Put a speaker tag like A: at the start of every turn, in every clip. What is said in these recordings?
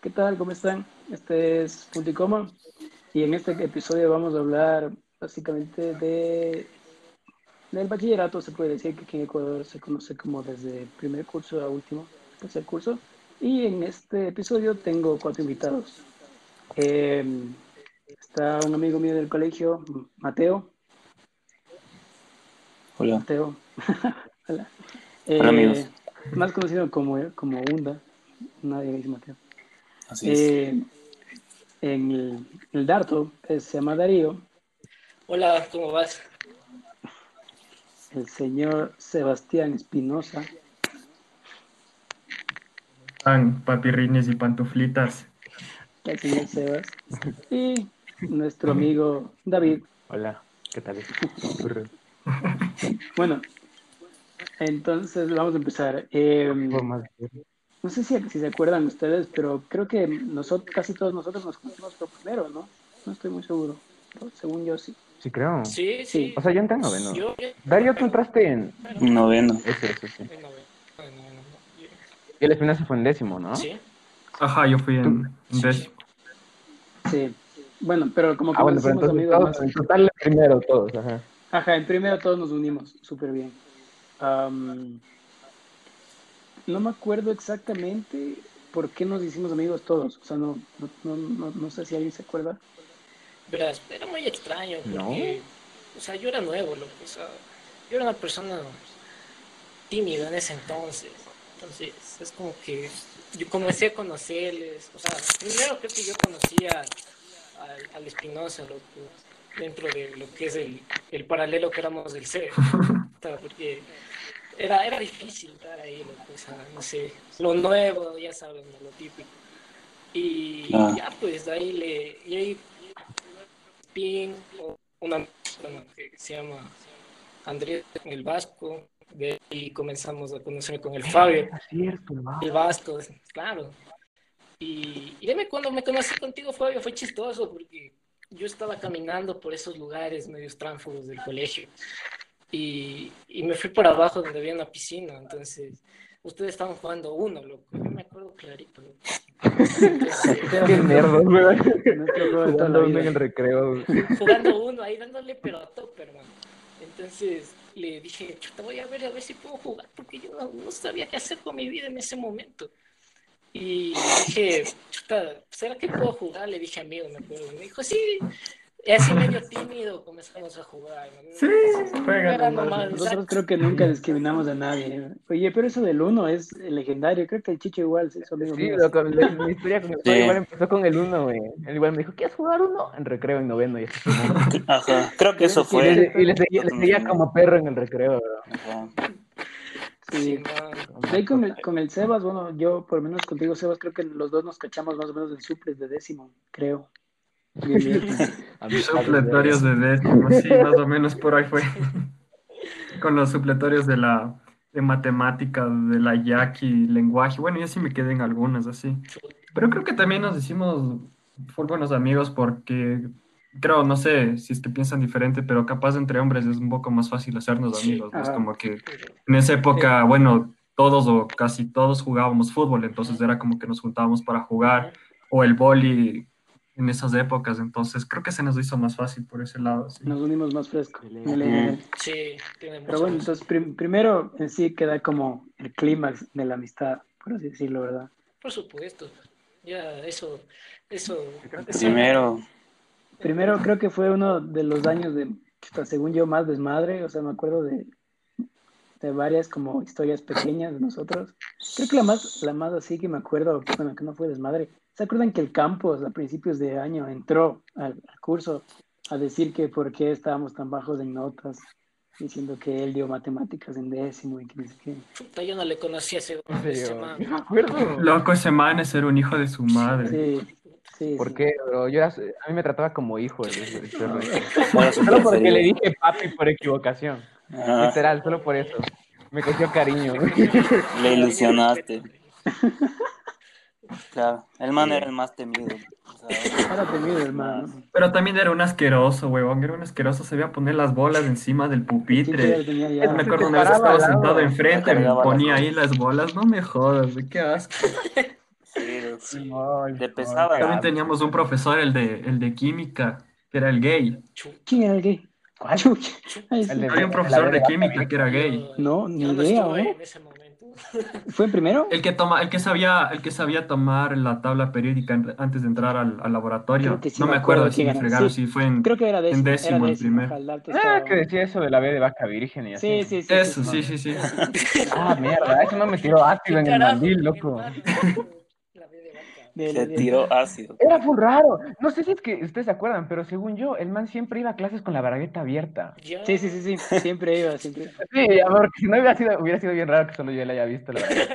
A: ¿Qué tal? ¿Cómo están? Este es Multicoma y en este episodio vamos a hablar básicamente de del bachillerato, se puede decir que aquí en Ecuador se conoce como desde primer curso a último, tercer curso. Y en este episodio tengo cuatro invitados. Eh, está un amigo mío del colegio, Mateo.
B: Hola.
A: Mateo. Hola. Eh,
B: Hola, amigos.
A: Más conocido como, como Unda. Nadie me dice Mateo.
B: Así es.
A: Eh, en el, el Darto, que se llama Darío,
C: Hola, ¿cómo vas?
A: el señor Sebastián Espinosa,
D: Pan, papirrines y pantuflitas.
A: el señor Sebas, y nuestro amigo David.
E: Hola, ¿qué tal?
A: Bueno, entonces vamos a empezar. Eh,
E: Formas de-
A: no sé si, si se acuerdan ustedes, pero creo que nosotros, casi todos nosotros nos conocimos por primero, ¿no? No estoy muy seguro, pero según yo sí.
E: Sí, creo.
C: Sí,
A: Sí.
C: sí.
E: O sea, yo entré en noveno.
C: Yo- yo-
E: Darío, tú entraste en.
B: Noveno.
E: Eso, eso, sí.
C: Bueno, bueno, bueno, bueno, yo-
E: Y el espinazo fue en décimo, ¿no?
C: Sí.
D: Ajá, yo fui en en
C: sí.
D: des-
A: Sí. Bueno, pero como que
E: Ah, bueno,
A: nos
E: pero
A: hicimos
E: entonces
A: amigos
E: todos,
A: más.
E: en total primero todos, ajá.
A: Ajá, en primero todos nos unimos, súper bien. Am, no me acuerdo exactamente por qué nos hicimos amigos todos. O sea, no, no, no, no, no sé si alguien se acuerda.
C: Verás, era muy extraño porque, o sea, yo era nuevo, loco, o sea, yo era una persona tímida en ese entonces, entonces es como que yo comencé a conocerles, o sea, primero creo que yo conocía al, al Espinosa, loco, dentro de lo que es el, el paralelo que éramos del C, o sea, porque era, era difícil estar ahí, loco, o sea, no sé, lo nuevo, ya saben, lo típico, y
B: Claro.
C: ya pues de ahí le, y ahí Pin, o una persona que se llama Andrés el Vasco, de ahí comenzamos a conocer con el Fabio,
E: Cierto, wow.
C: el Vasco, claro. Y, y dime, cuando me conocí contigo, Fabio, fue chistoso porque yo estaba caminando por esos lugares medios tránfugos del colegio y, y me fui por abajo donde había una piscina, entonces ustedes estaban jugando uno, loco, yo me acuerdo clarito, loco. Entonces,
E: Qué nerdos, güey.
A: Nuestro juego de toda la
E: Jugando uno en
A: vida.
E: el recreo. güey.
C: jugando uno, ahí dándole pero a tope, hermano. Entonces le dije, te voy a ver a ver si puedo jugar, porque yo no, no sabía qué hacer con mi vida en ese momento. Y dije, "Chuta, ¿será que puedo jugar? Le dije, amigo, me acuerdo. Me dijo, sí. Y así medio tímido comenzamos a jugar. hermano.
D: Sí, juega
C: Era
D: nomás.
C: nomás.
A: Nosotros creo que nunca discriminamos a nadie. ¿eh? Oye, pero eso del uno es legendario. Creo que el Chicho igual se hizo amigo
E: Sí,
A: mío.
E: loco, la, mi historia con el
B: Sí.
E: igual empezó con el uno, güey. Él igual me dijo, ¿quieres jugar uno? En recreo, en noveno. Y, así.
B: Ajá, creo que eso
E: y, le,
B: fue.
E: y le seguía, le seguía como perro en el recreo, güey.
B: Ajá.
A: Sí.
C: hermano.
A: De ahí con el, con el Sebas, bueno, yo por lo menos contigo, Sebas, creo que los dos nos cachamos más o menos en suples de décimo, creo. Bien, bien.
E: A mí-
D: Supletorios de décimo, sí, más o menos por ahí fue. Con los supletorios de la de matemática, de la yaqui, lenguaje. Bueno, yo sí me quedé en algunas así. Pero creo que también nos hicimos full buenos amigos porque creo, no sé si es que piensan diferente, pero capaz entre hombres es un poco más fácil hacernos
C: Sí,
D: amigos. ¿no? Es
A: ajá.
D: como que En esa época, bueno, todos o casi todos jugábamos fútbol, entonces era como que nos juntábamos para jugar o el boli en esas épocas, entonces creo que se nos hizo más fácil por ese lado. sí.
A: Nos unimos más fresco.
E: Dele.
A: Dele, dele.
C: Sí,
A: Pero
C: tiene mucho
A: bueno,
C: gusto.
A: entonces prim- primero en sí queda como el clímax de la amistad, por así decirlo, ¿verdad?
C: Por supuesto. Ya, eso, eso. eso-
B: Primero,
A: Primero creo que fue uno de los años de, chuta, según yo, más desmadre, o sea, me acuerdo de, de varias como historias pequeñas de nosotros. Creo que la más, la más así que me acuerdo, bueno, que no fue desmadre, ¿se acuerdan que el Campos a principios de año entró al, al curso a decir que por qué estábamos tan bajos en notas, diciendo que él dio matemáticas en décimo y que no sé qué?
C: Chuta, yo no le conocía a ese,
E: No sé,
C: ese
E: yo-
C: man.
E: yo me acuerdo.
D: Loco, ese man es ser un hijo de su madre.
A: Sí, sí.
E: ¿Por
A: sí.
E: qué, bro? Yo era- a mí me trataba como hijo. el- el- el-
B: para su
E: Solo porque le
B: preferido.
E: dije papi por equivocación.
B: Ajá,
E: Literal, solo por eso. Me cogió cariño.
B: Le ilusionaste. Claro, el man era el más temido. o sea,
A: Era temido, hermano.
D: Pero también era un asqueroso, huevón, era un asqueroso, se veía poner las bolas encima del
A: Chicho ya
D: pupitre.
A: tenía
D: Me
A: ya.
D: acuerdo una vez
E: Te paraba
D: estaba
E: al lado.
D: sentado enfrente, me
B: Cargaba las
D: ponía
B: cosas.
D: ahí las bolas, no me jodas, qué asco.
B: sí, pero te pesaba.
D: También teníamos un profesor, el de, el de química, que era el gay.
A: ¿Quién era el gay?
E: ¿Cuál?
A: Chuch. Ay, sí.
E: El de-
D: Había un profesor de
E: verga.
D: química que era gay.
A: No, ni
C: yo no
A: idea,
C: estuve
A: ¿no?
C: en ese momento.
A: ¿Fue en primero?
D: El que toma, el que sabía, el que sabía tomar la tabla periódica en- antes de entrar al, al laboratorio.
A: Creo que sí
D: no
A: me
D: me acuerdo
A: acuerdo
D: si
A: que
D: me
A: ganó.
D: fregaron,
A: Sí,
D: si fue en.
A: Creo que era décimo.
D: décimo,
A: era
D: en
A: décimo.
D: primero.
A: ojalá que
E: Ah,
A: estaba-
E: que decía eso de la B de vaca virgen y así.
A: Sí, sí, sí.
D: Eso, sí, sí, sí.
E: Ah, mierda, eso no me tiró ácido en el
C: Carajo,
E: mandil,
C: mi
E: loco.
C: hermano, La vi de vaca.
A: De-
B: Se
A: de-
B: tiró ácido.
E: Era muy raro. No sé si es que ustedes se acuerdan, pero según yo, el man siempre iba a clases con la bragueta abierta.
C: Yo-
A: Sí, sí, sí, sí. Siempre iba, siempre.
E: Sí, amor, que si no hubiera sido, hubiera sido bien raro que solo yo le haya visto la bragueta.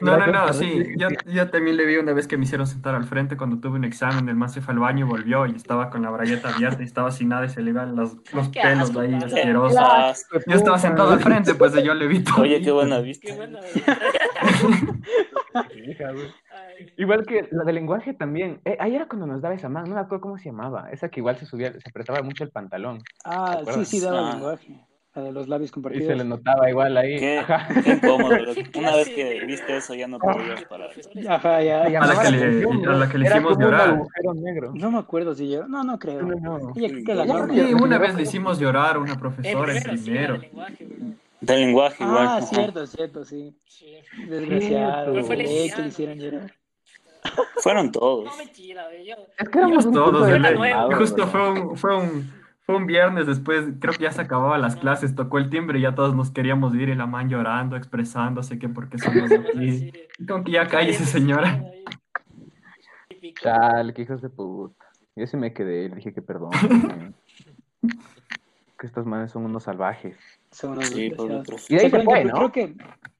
D: No, no, no,
E: Gracias,
D: sí. Yo, yo también le vi una vez que me hicieron sentar al frente cuando tuve un examen. El man se fue al baño y volvió y estaba con la bragueta abierta y estaba sin nada y se le iban las- los
C: Qué
D: pelos
C: asco,
D: ahí
C: padre.
D: asquerosos.
E: Claro.
B: Asco.
D: Yo estaba sentado al frente, pues y yo le vi todo.
B: Oye, qué buena vista.
C: Qué buena.
E: Hija, güey.
C: Ay,
E: Igual que la de lenguaje también. Eh, ahí era cuando nos daba esa man, no me acuerdo cómo se llamaba. Esa que igual se subía, se apretaba mucho el pantalón.
A: Ah, sí,
E: acuerdas?
A: sí, daba
B: Ah.
A: lenguaje. La de los labios
E: Y se le
A: compartidos.
E: notaba igual ahí.
B: Qué,
E: Ajá.
B: qué incómodo. bro.
C: ¿Qué
B: Una vez
C: clase
B: que
C: de-
B: viste eso ya
C: Ah.
B: no podías parar.
C: profesores.
A: Ajá, ya.
E: Le llamaba
D: que le-
E: atención,
D: a la
E: ¿no?
D: que le
E: Era
D: hicimos
E: como un
D: llorar.
E: agujero negro.
A: No me acuerdo si yo. No, no creo.
E: No, no.
A: Ella creo que la
B: Yo
A: norma.
D: Sí, una vez le hicimos llorar a una
C: Eh,
D: profesora en
C: sí, la de
D: primero.
C: lenguaje, bro.
B: Del lenguaje igual.
A: Ah,
B: ajá.
A: cierto, cierto, sí.
C: Sí.
A: Desgraciado.
E: Pero fue
A: güey, que
C: lesbiana.
A: le hicieron llorar.
B: Fueron todos.
C: No, mentira, güey, yo-
E: Es que éramos un
D: Todos
E: grupo
D: de
E: de
D: ley.
C: calmado,
D: Y Justo
E: güey.
D: fue un, fue un, fue un viernes después, creo que ya se acababan las clases, tocó el timbre y ya todos nos queríamos ir y la man llorando, expresándose que por qué somos
C: vamos a
D: aquí.
C: decir,
D: Como que ya cállese, señora.
C: Típico.
E: Chale, qué hijos de puta. Yo sí me quedé, le dije que perdón. güey. que estos manes son unos salvajes.
A: Son unos
B: Sí, pobre
A: desgraciados.
B: profe.
E: Y de ahí se
A: Sorprende,
E: fue,
A: pero
E: ¿no?
A: Creo que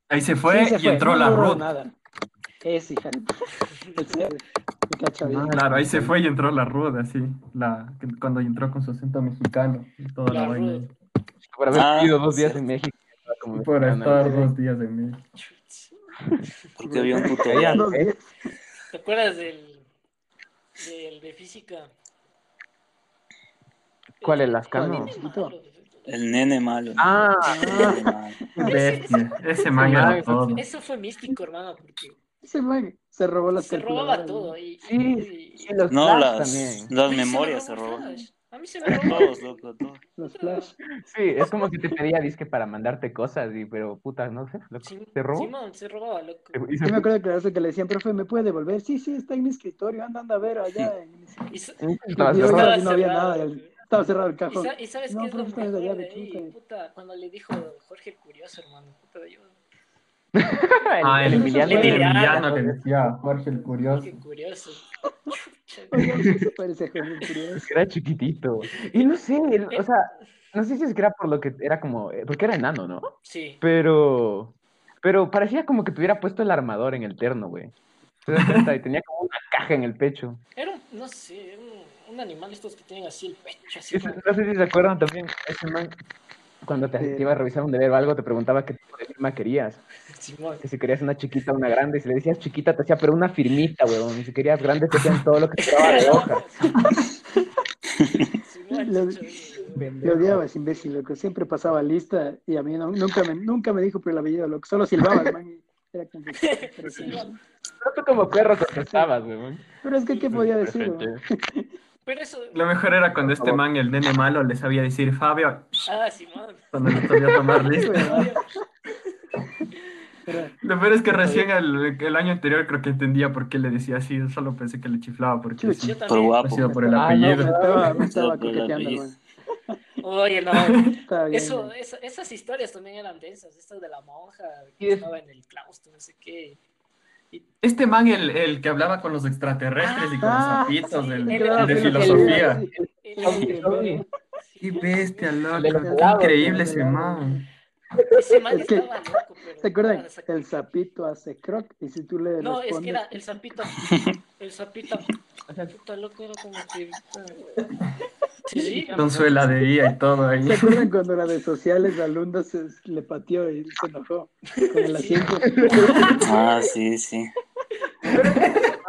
D: Ahí se fue
A: sí se
D: y entró
A: no
D: la
A: duró
D: Ruth.
A: nada. Es hija. de- El ser, el cacha bien.
D: Claro, ahí se fue y entró la Ruth, así, la, cuando entró con su acento mexicano. y Toda la
C: La
D: vaina.
C: Ruth.
E: Por haber
B: Ah,
E: vivido dos días
B: cierto.
E: en México. como
D: Por
E: mexicana,
D: estar
E: güey.
D: dos días en México.
C: Chutz.
B: Porque había un
E: Ella,
B: tutorial.
E: ella-
D: ¿eh?
C: ¿Te acuerdas del, del de física?
E: ¿Cuál, el
C: Eh,
E: Lascano?
C: tiene malo,
B: El nene malo.
E: Ah,
B: El nene malo.
D: Bestia. Ese man era
E: man,
D: todo.
C: Eso fue místico, hermano, porque
A: Ese man se robó las
C: se robaba
A: calculadoras,
C: todo.
A: güey.
C: Y,
E: Sí,
C: y-
E: y los
B: No,
E: flash
B: las,
E: también.
B: las
C: a mí me
B: memorias se
C: robó el
B: roban.
C: flash, A mí se me robó.
B: Todos, loco, todos.
A: Los
C: ¿eh?
A: flash.
E: Sí, es como si te pedía disque para mandarte cosas, y, pero puta, no sé. loco,
C: Sim-
E: ¿Te robó? Eh,
C: Simón, se robaba, loco.
E: Y se-
A: Yo me acuerdo que, era eso que le decían, profe, ¿me puede devolver? Sí, sí, está en mi escritorio, anda, anda a ver allá. en mi escritorio".
C: Y, sa-
E: Estaba
A: Yo
E: cerrado.
A: estaba-
C: estaba
A: no había
C: cerrado,
A: nada,
C: güey.
A: Estaba cerrado el
C: Y
A: cajón.
C: sa- ¿Y sabes
A: No,
C: qué es lo
A: profe, de allá
C: mejor
A: de
C: de ahí?
A: Chuca.
C: Puta, cuando le dijo Jorge el Curioso, hermano, puta de yo.
E: El,
D: Ah, el,
E: el Emiliano.
D: el
C: Emiliano.
D: Emiliano le decía Jorge el Curioso.
C: Jorge el Curioso. Chucha, güey.
A: Oye, Parece Jorge Curioso.
E: Era chiquitito. Y no sé, el- o sea, no sé si es que era por lo que era como, eh, porque era enano, ¿no?
C: Sí.
E: Pero, pero parecía como que tuviera puesto el armador en el terno, güey. ¿Te das cuenta? Y tenía como una caja en el pecho.
C: Era un, no sé, era un, un animal estos que tienen así el pecho, así
E: Ese-
C: como...
E: no sé si se acuerdan también, ese man, cuando te,
A: Sí.
E: te iba a revisar un deber o algo, te preguntaba qué tipo de firma querías.
C: Simón.
E: Que si querías una chiquita, una grande. Y si le decías chiquita, te hacía, pero una firmita, güey. Y si querías grande, te hacían todo lo que te daba de hoja.
C: Simón,
A: Lo-
C: chucha, güey.
A: Lo odiaba ese imbécil, loco. Siempre pasaba lista y a mí no- nunca, me, nunca me dijo por el apellido, loco. Solo silbaba el man. y Era como que- pero,
C: Sí, va.
E: Pero tú como perro contestabas, güey.
A: pero es que, ¿qué podía decir? güey?
C: Pero eso...
D: Lo mejor era cuando este man, el nene malo, le sabía decir Fabio,
C: Ah, Simón.
D: cuando le sabía tomar
A: Sí, güey,
D: listo.
A: ¿no? Pero
D: Lo peor es que recién el, el año anterior creo que entendía por qué le decía así. Yo solo pensé que le chiflaba porque
A: Chucha.
D: sí,
C: Yo
B: Por
C: también.
D: ha
B: guapo.
D: sido por el
E: Ah, no,
A: me
D: apellido.
A: estaba, me
B: Estaba
A: estaba
B: por el
A: coqueteando,
B: apellido.
A: güey.
C: Oye, no.
A: Estaba bien.
C: Eso,
A: güey.
C: esa- esas historias también eran densas. Estas de la monja
E: Y
C: que
E: de-
C: estaba en el claustro, no sé qué.
D: Este man, el, el que hablaba con los extraterrestres y con los
A: Ah,
D: zapitos,
C: sí,
D: el,
C: él
D: el
C: era
D: de
C: el-
D: filosofía.
A: Sí,
C: El-
A: sí, sí.
D: Qué bestia, loco.
E: De los
D: Qué
E: lados,
D: increíble
A: de los
D: ese
A: lados.
D: man.
C: Ese man
A: Es que-
C: estaba loco, pero.
A: ¿Se acuerdan?
C: Ah, sac-
A: El sapito hace croc y si tú le
C: No, es que
A: respondes...
C: era el sapito. El sapito. Puta loco era como que. Sí, sí.
D: Con su heladería y todo ahí.
A: ¿Se acuerdan cuando la de sociales al Lunda se le pateó y se enojó con el
C: Sí.
A: asiento?
B: Ah, sí, sí.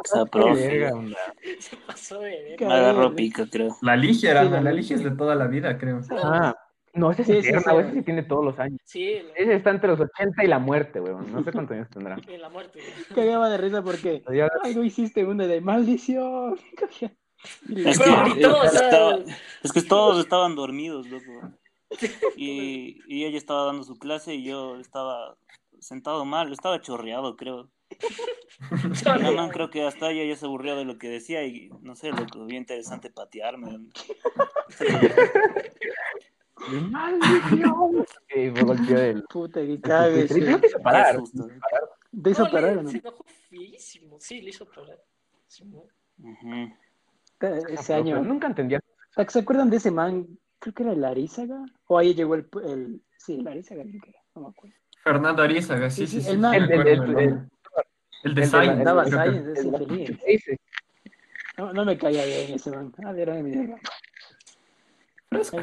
B: Esa profe.
C: Se pasó de
A: Qué
B: Me agarró pica, creo.
D: La Ligia era,
A: Sí, la
D: ¿no? la
A: Ligia.
D: Ligia es de toda la vida, creo.
E: Ah, No, ese es
A: Sí, sí,
E: eterna,
A: sí.
E: güey, ese sí tiene todos los años.
C: Sí, la,
E: Ese está entre los 80 y la muerte, güey. No sé cuántos años tendrá.
C: en la muerte.
A: Cagaba de risa porque
E: Pero ya-
A: algo hiciste una de maldición.
B: Es
C: Pero
B: que,
C: gritó, o sea,
B: estaba- es que todos estaban dormidos, loco. Y, y ella estaba dando su clase y yo estaba sentado mal, estaba chorreado, creo.
C: chorro.
B: La man creo que hasta ella ya se aburrió de lo que decía y no sé, loco, bien interesante patearme.
E: ¡Maldición! Sí, fue golpeo del.
A: Puta que
E: del
A: cagues.
E: pupitrito. No te hizo
B: Qué
E: parar.
B: susto.
A: Te hizo
C: No, le-
A: parar, ¿o ¿no?
C: Se enojó feísimo. Sí, le hizo parar. Simón.
B: Ujú.
A: Ese año.
E: Nunca entendí
A: ¿Se acuerdan de ese man? Creo que era el Arizaga. O ahí llegó el. el... Sí, el Arizaga, creo que era. No me acuerdo.
D: Fernando Arizaga, sí,
A: Sí,
D: sí,
A: sí,
D: sí.
A: el
D: me
A: man-
D: acuerdo
E: el- el-
D: del nombre. El de
E: el de la-
D: Science.
A: Daba
E: creo que-
A: Science, ese infeliz.
E: Ese.
A: No, no me caía bien ese man. Ah, era de mi mierda.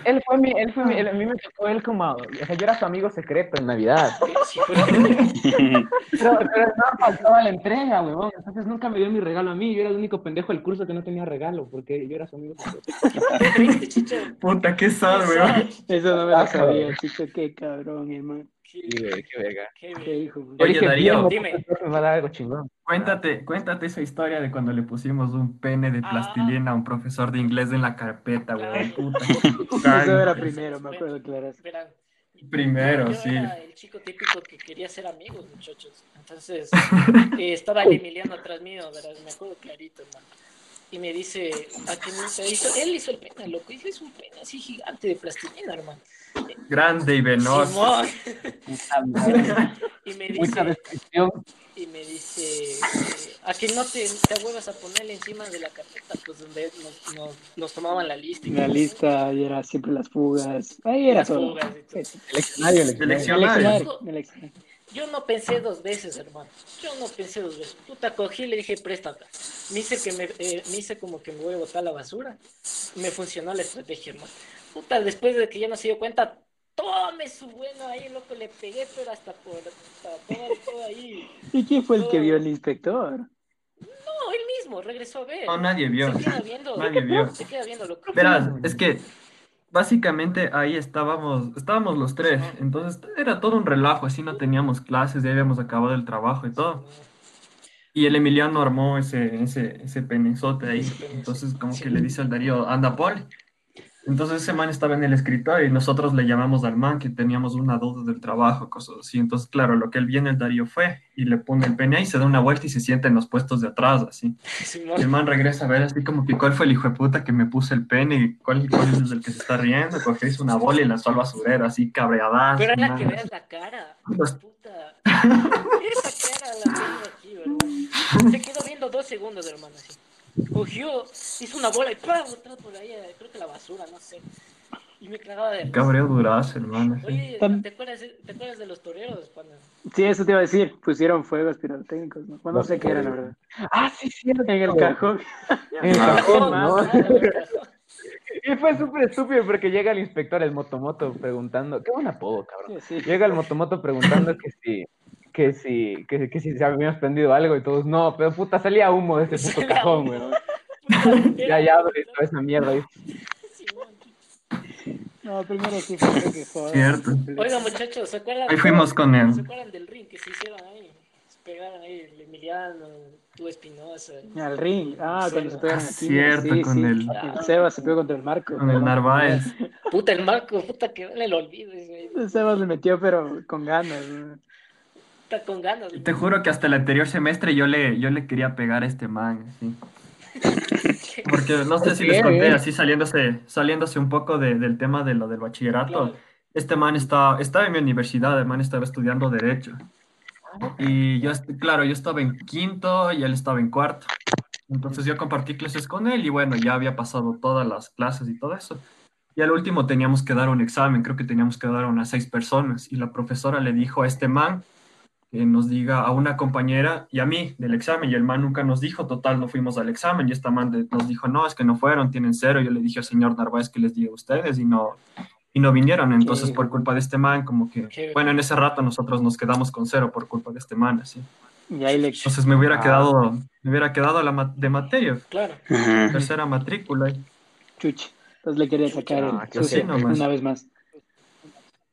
E: Él fue mi, él fue mi, él- a mí me tocó él como, o sea, yo era su amigo secreto en Navidad.
C: Sí, fue-
E: Pero, pero no faltaba la entrega, huevón. Entonces nunca me dio mi regalo a mí. Yo era el único pendejo del curso que no tenía regalo porque yo era su amigo secreto.
C: Triste, chicha.
D: Puta, qué sad, weón.
A: Eso no me lo
E: Ah, cabrón.
A: sabía, chicho. Qué cabrón, hermano.
C: Qué-
E: qué verga.
C: qué
A: Qué
C: bien.
A: hijo. güey.
E: Yo
D: Oye,
E: dije,
D: Darío.
E: "Mierda,
C: Dime.
E: este profe me va a dar algo chingón.
D: Cuéntate, cuéntate esa historia de cuando le pusimos un pene de plastilina a un profesor de inglés en la carpeta, weón. Puta.
A: Eso era
D: Ay,
A: primero, me acuerdo que era así.
C: Verán,
D: Primero,
C: yo
D: sí.
C: era el chico típico que quería ser amigos, muchachos. Entonces, eh, estaba el Emiliano atrás mío, ¿verdad? Me acuerdo clarito, hermano. Y me dice, ¿a qué me se hizo? Él hizo el pene, loco. Hizo es un pene así gigante de plastilina, hermano.
D: Grande y venoso.
C: Simón. Y me dice,
E: Mucha descripción.
C: y me dice eh, a que no te, te ahuevas a ponerle encima de la carpeta, pues donde nos, nos, nos tomaban la lista. y
A: La
C: todo,
A: lista y era siempre las fugas. Ahí
C: ¿no?
A: era
C: Las
A: todo.
C: fugas y
A: Sí,
C: todo.
A: sí.
D: Seleccionario.
E: Seleccionario,
A: El
D: Diccionario.
A: diccionario, el diccionario.
C: Yo no pensé dos veces, hermano. Yo no pensé dos veces. Puta, cogí y le dije, préstate. Me hice, que me, eh, me hice como que me voy a botar la basura. Me funcionó la estrategia, hermano. Puta, después de que ya no se dio cuenta, tome su bueno ahí, loco, le pegué, pero hasta por hasta todo, todo ahí.
A: ¿Y quién fue el que vio el inspector?
C: No, él mismo regresó a ver.
D: No, nadie vio.
C: Se queda viendo.
D: Nadie vio.
C: Se queda viendo, loco.
D: Verás, es que básicamente ahí estábamos, estábamos los tres, entonces era todo un relajo, así no teníamos clases, ya habíamos acabado el trabajo y todo. Y el Emiliano armó ese, ese, ese penezote ahí, entonces como que le dice al Darío, anda Paul. Entonces ese man estaba en el escritorio y nosotros le llamamos al man que teníamos una duda del trabajo, cosas así. Entonces, claro, lo que él viene, el Darío fue y le pone el pene ahí, se da una vuelta y se sienta en los puestos de atrás, así. Y el
C: Simón.
D: man regresa a ver así como que cuál fue el hijo de puta que me puso el pene y cuál, cuál es el que se está riendo. Cogió, hizo una bola y lanzó al basurero así cabreadazo. Pues,
C: Pero era
D: man.
C: que veas la cara.
D: Los-
C: Puta. Esa cara la tengo aquí, ¿verdad? Se quedó viendo dos segundos, hermano. Así. Cogió, hizo una bola y ¡pam! Otra por ahí, creo que la basura, no sé. Y me cagaba de.
D: el
C: risa.
D: Cabreo durazo, hermano. así.
C: Oye,
A: Tam-
C: ¿te acuerdas, de- ¿te acuerdas de los toreros? Cuando...
A: Sí, eso te iba a decir. Pusieron fuegos pirotécnicos. No, Bueno, no sé qué era, la verdad.
E: Ah, sí, cierto.
A: En el cajón.
E: En el
A: Oh,
E: cajón, ¿no?
C: Oh, ¿no?
E: Y fue súper estúpido porque llega el inspector, el motomoto, preguntando. Qué buen apodo, cabrón.
A: Sí, sí.
E: Llega el motomoto preguntando que si, que si, que, que si se habíamos prendido algo y todos, no, pero puta, salía humo de ese puto
C: Salía
E: cajón,
C: humo.
E: weón.
C: Era-
E: Ya, ya abre toda esa mierda. ahí.
C: Simón.
A: No, primero sí fue creo que fue.
D: Cierto.
C: Oiga, muchachos, ¿se acuerdan?
D: Ahí fuimos con
C: ¿Se
D: él.
C: acuerdan del ring que se hicieron ahí? Se pegaron ahí el Emiliano, tú Espinosa.
A: Al ring. Ah, cuando se pegaron aquí.
D: Cierto,
A: sí,
D: con
A: sí.
D: el-
A: El Sebas se pegó contra el Marco.
D: Con el Narváez.
C: Puta, el Marco, puta, que vale el olvido. ese,
A: El Sebas le metió, pero con ganas. ¿no?
C: Está con ganas.
D: Te juro que hasta el anterior semestre yo le, yo le quería pegar a este man. así. Porque no sé si les conté, así saliéndose, saliéndose un poco de- del tema de lo del bachillerato.
C: Claro.
D: este man estaba, estaba en mi universidad, el man estaba estudiando Derecho. Y yo, est- claro, yo estaba en quinto y él estaba en cuarto. Entonces yo compartí clases con él y bueno, ya había pasado todas las clases y todo eso. Y al último teníamos que dar un examen, creo que teníamos que dar a unas seis personas. Y la profesora le dijo a este man que nos diga a una compañera y a mí del examen. Y el man nunca nos dijo, total, no fuimos al examen. Y esta man de- nos dijo, no, es que no fueron, tienen cero. Yo le dije al señor Narváez que les diga a ustedes y no, y no vinieron. Entonces,
A: Qué-
D: por culpa de este man, como que,
C: Qué-
D: bueno, en ese rato nosotros nos quedamos con cero por culpa de este man, así.
A: Y ahí le.
D: Entonces me hubiera
E: Ah.
D: quedado, me hubiera quedado la ma- de materia,
C: Claro.
B: Ujú.
D: tercera matrícula.
A: Chuch. Entonces le quería sacar
E: Ah,
A: el
E: qué
A: sucio
D: así nomás.
A: una vez más.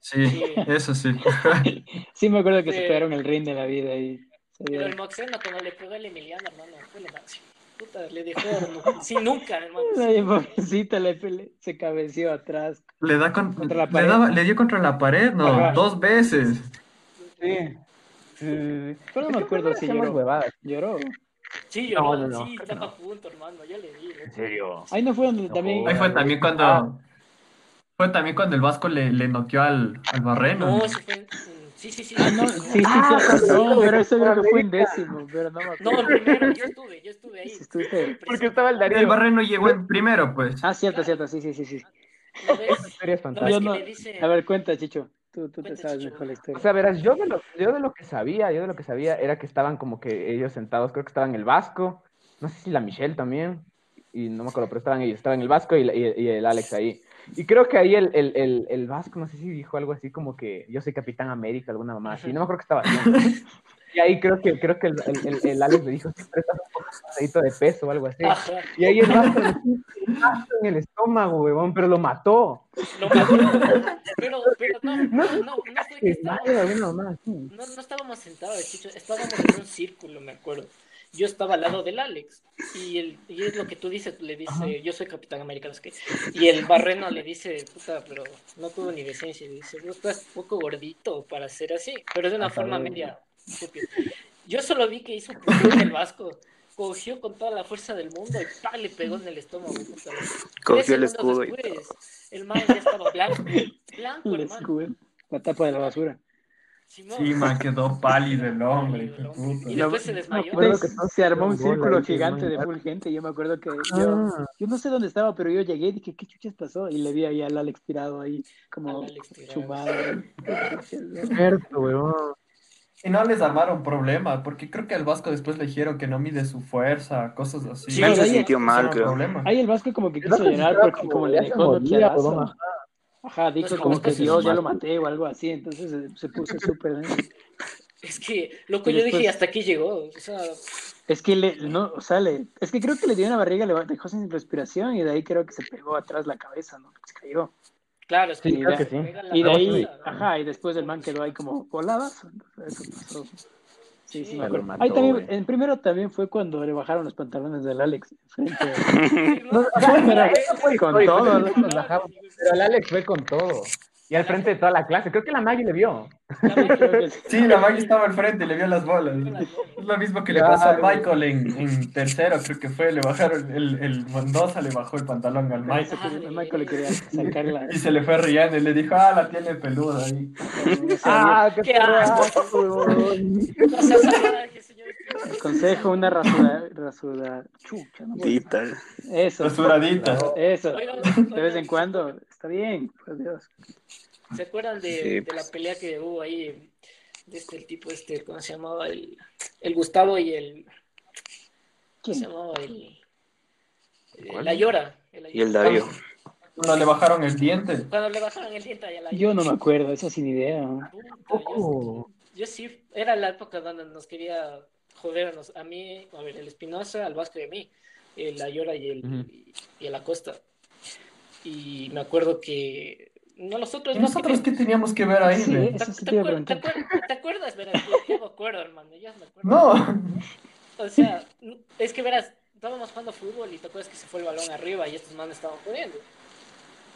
D: Sí,
C: Sí.
D: eso sí.
A: Sí, me acuerdo que
C: Sí.
A: se pegaron el ring de la vida y se
C: Pero el
A: dieron.
C: Moxeno cuando le pegó al Emiliano, hermano, fue la máxima. Puta, le dejó nu- sin nunca, hermano.
A: Ay, pobrecita, le pele- se cabeció atrás.
D: Le da con-
A: Contra la
D: le
A: pared.
D: daba- le dio contra la pared, no,
A: Ajá.
D: dos veces.
E: Sí. Sí, sí, sí.
A: Pero no
E: Es
A: me
E: que
A: acuerdo
E: primero
A: si
E: hacemos
A: lloró.
E: huevadas.
A: Lloró.
C: Sí, lloró,
E: No, no, no.
C: sí, tapa punto, hermano, yo le ¿eh? vi. loco.
F: En serio.
A: Ahí no fue donde también.
D: Ahí fue también cuando
E: Ah.
D: fue también cuando el Vasco le, le noqueó al, al Barreno.
C: No, eso fue. en- Sí, sí, sí.
A: Ah, no, sí, sí, sí.
E: Ah,
A: no,
E: sí,
A: pero eso creo que fue en
E: América.
A: décimo, pero no me
C: No,
A: acuerdo.
C: el primero, yo estuve, yo estuve ahí.
A: Si estuviste-
E: Porque estaba el Darío.
D: El Barreno llegó en primero, pues.
A: Ah, cierto, cierto, sí, sí, sí, sí.
C: ¿No ves?
E: Historias
C: ¿No ves
A: Yo
E: fantásticas.
C: que
A: no-
C: le dice.
A: A ver, cuenta, Chicho. Tú, tú te
C: Cuenta,
A: sabes
C: Chicho.
A: mejor la
E: O
A: historia.
E: sea, verás, yo de, lo, yo de lo que sabía, yo de lo que sabía era que estaban como que ellos sentados, creo que estaban el Vasco, no sé si la Michelle también, y no me acuerdo, pero estaban ellos, estaban el Vasco y, la- y- y el Alex ahí. Y creo que ahí el, el, el, el Vasco, no sé si dijo algo así como que yo soy Capitán América, alguna mamá así, no me acuerdo que estaba haciendo. Y ahí creo que, creo que el, el, el- el Alex le dijo, siempre estás un poco pasadito de peso o algo así.
C: Ajá,
E: Y ahí el Vasco le puso un balazo en el estómago, huevón, pero lo mató.
C: lo mató. Pero, pero no, no, no, no fue que
E: Qué
C: estaba.
E: madre, alguna mamá así.
C: No, no estábamos sentados, Chicho, estábamos en un círculo, me acuerdo. Yo estaba al lado del Alex y, el, y es lo que tú dices, le dice, yo soy Capitán América, no sé qué. Y el barreno le dice, puta, pero no tuvo ni decencia, le dice, vos estás un poco gordito para ser así, pero de una forma media estúpida. Yo solo vi que hizo un putón el vasco, cogió con toda la fuerza del mundo y ¡pa! le pegó en el estómago. puta. Tres
F: Cogió el
C: segundos
F: escudo y
C: después, el man ya estaba blanco, blanco,
A: Les
C: hermano.
A: cubre La tapa de la basura.
C: Simón.
D: Sí, man, quedó pálido el hombre. qué puta.
C: Y después se desmayó. Pues,
E: Recuerdo que todos
A: se armó un
E: hicieron bola
A: círculo
E: ahí, que
A: gigante de
E: man-
A: full gente. Yo me acuerdo que yo,
E: Ah.
A: yo no sé dónde estaba, pero yo llegué y dije, ¿qué chuchas pasó? Y le vi ahí al Alex tirado ahí, como
C: Al Alex tirado.
A: chumado.
E: Cierto, huevón.
D: Y no les armaron problema, porque creo que al Vasco después le dijeron que no mide su fuerza, cosas así.
C: Sí, Él se
F: sintió mal, creo.
D: Problema.
A: Ahí el Vasco como que
E: El
A: quiso
E: Vasco
A: llorar
E: estaba
A: porque
E: como-
A: como le
E: ya se
A: dejó
E: moría,
A: noqueadazo.
E: huevón, ajá.
A: Ajá, dijo como
C: Entonces, Pues como que
A: que
C: se
A: Dios, ya
E: mata.
A: lo maté o algo así. Entonces eh, se puso súper...
C: Es que, loco,
A: Y
C: yo
A: después-
C: dije, hasta aquí llegó. O sea,
A: Es que le, no, o sea, le- es que creo que le dio una barriga, le dejó sin respiración y de ahí creo que se pegó atrás la cabeza, ¿no? Se cayó.
C: claro, es que
A: Sí, creo
E: que
C: se
E: sí.
C: pega la
A: Y de ahí,
C: cabeza, ¿no?
A: ajá, y después el man quedó ahí como colada. Eso pasó. Sí, sí, me
E: Me lo
A: acuerdo.
E: mató,
A: Ahí también,
E: güey.
A: en primero también fue cuando le bajaron los pantalones del Alex. frente a-
C: No,
A: pero
E: fue
A: con
E: histórico,
A: todo,
E: ¿no? Nos bajamos. Pero el Alex fue con todo. Y al frente de toda la clase. Creo que la Maggie le vio.
A: creo que sí.
D: Sí, la Maggie estaba al frente, le vio las bolas. Es lo mismo que le pasó a
E: Claro.
D: Michael en, en tercero, creo que fue. Le bajaron, el, el Mendoza le bajó el pantalón al
A: Se
D: Michael.
A: quería- Michael le quería sacar la.
D: Y se le fue riendo y le dijo, ah, la tiene peluda ahí.
A: no sabía.
E: Ah,
C: qué asco. No seas salvaje, señor.
A: Consejo, una rasura, rasura chucha, ¿no?
F: Dita.
A: Eso,
D: Rasuradita.
A: eso.
C: Oigan,
A: De vez en
C: oigan,
A: cuando, está bien, por Dios.
C: ¿Se acuerdan de,
F: Sí, pues.
C: de la pelea que hubo ahí? De este el tipo, este, ¿cómo se llamaba? El, el Gustavo y el. ¿Cómo se
A: ¿Quién?
C: llamaba? El.
F: ¿Cuál?
C: La Llora. El
F: Y el Darío.
D: No, le bajaron el diente.
C: Cuando le bajaron el diente a la
A: Yo no me acuerdo, eso sin idea. ¿no?
C: Puta,
E: Ojo.
C: Yo, yo sí, era la época donde nos quería joder a, nos- a mí, a ver, el Espinosa, al Vasco y a mí, el Ayora y el,
E: Ujú.
C: y el Acosta. Y me acuerdo que no, nosotros
D: ¿Y
C: no
D: nosotros qué
C: queríamos-
D: teníamos que ver ahí?
A: Sí,
D: ve?
A: eh. Eso sí
C: ¿Te,
A: te iba a
C: acuer- te
A: preguntar.
C: acuer- te acuerdas? Verás, yo, yo me acuerdo, hermano, yo me acuerdo.
D: No.
C: O sea, n- es que verás, estábamos jugando fútbol y te acuerdas que se fue el balón arriba y estos manes estaban jodiendo.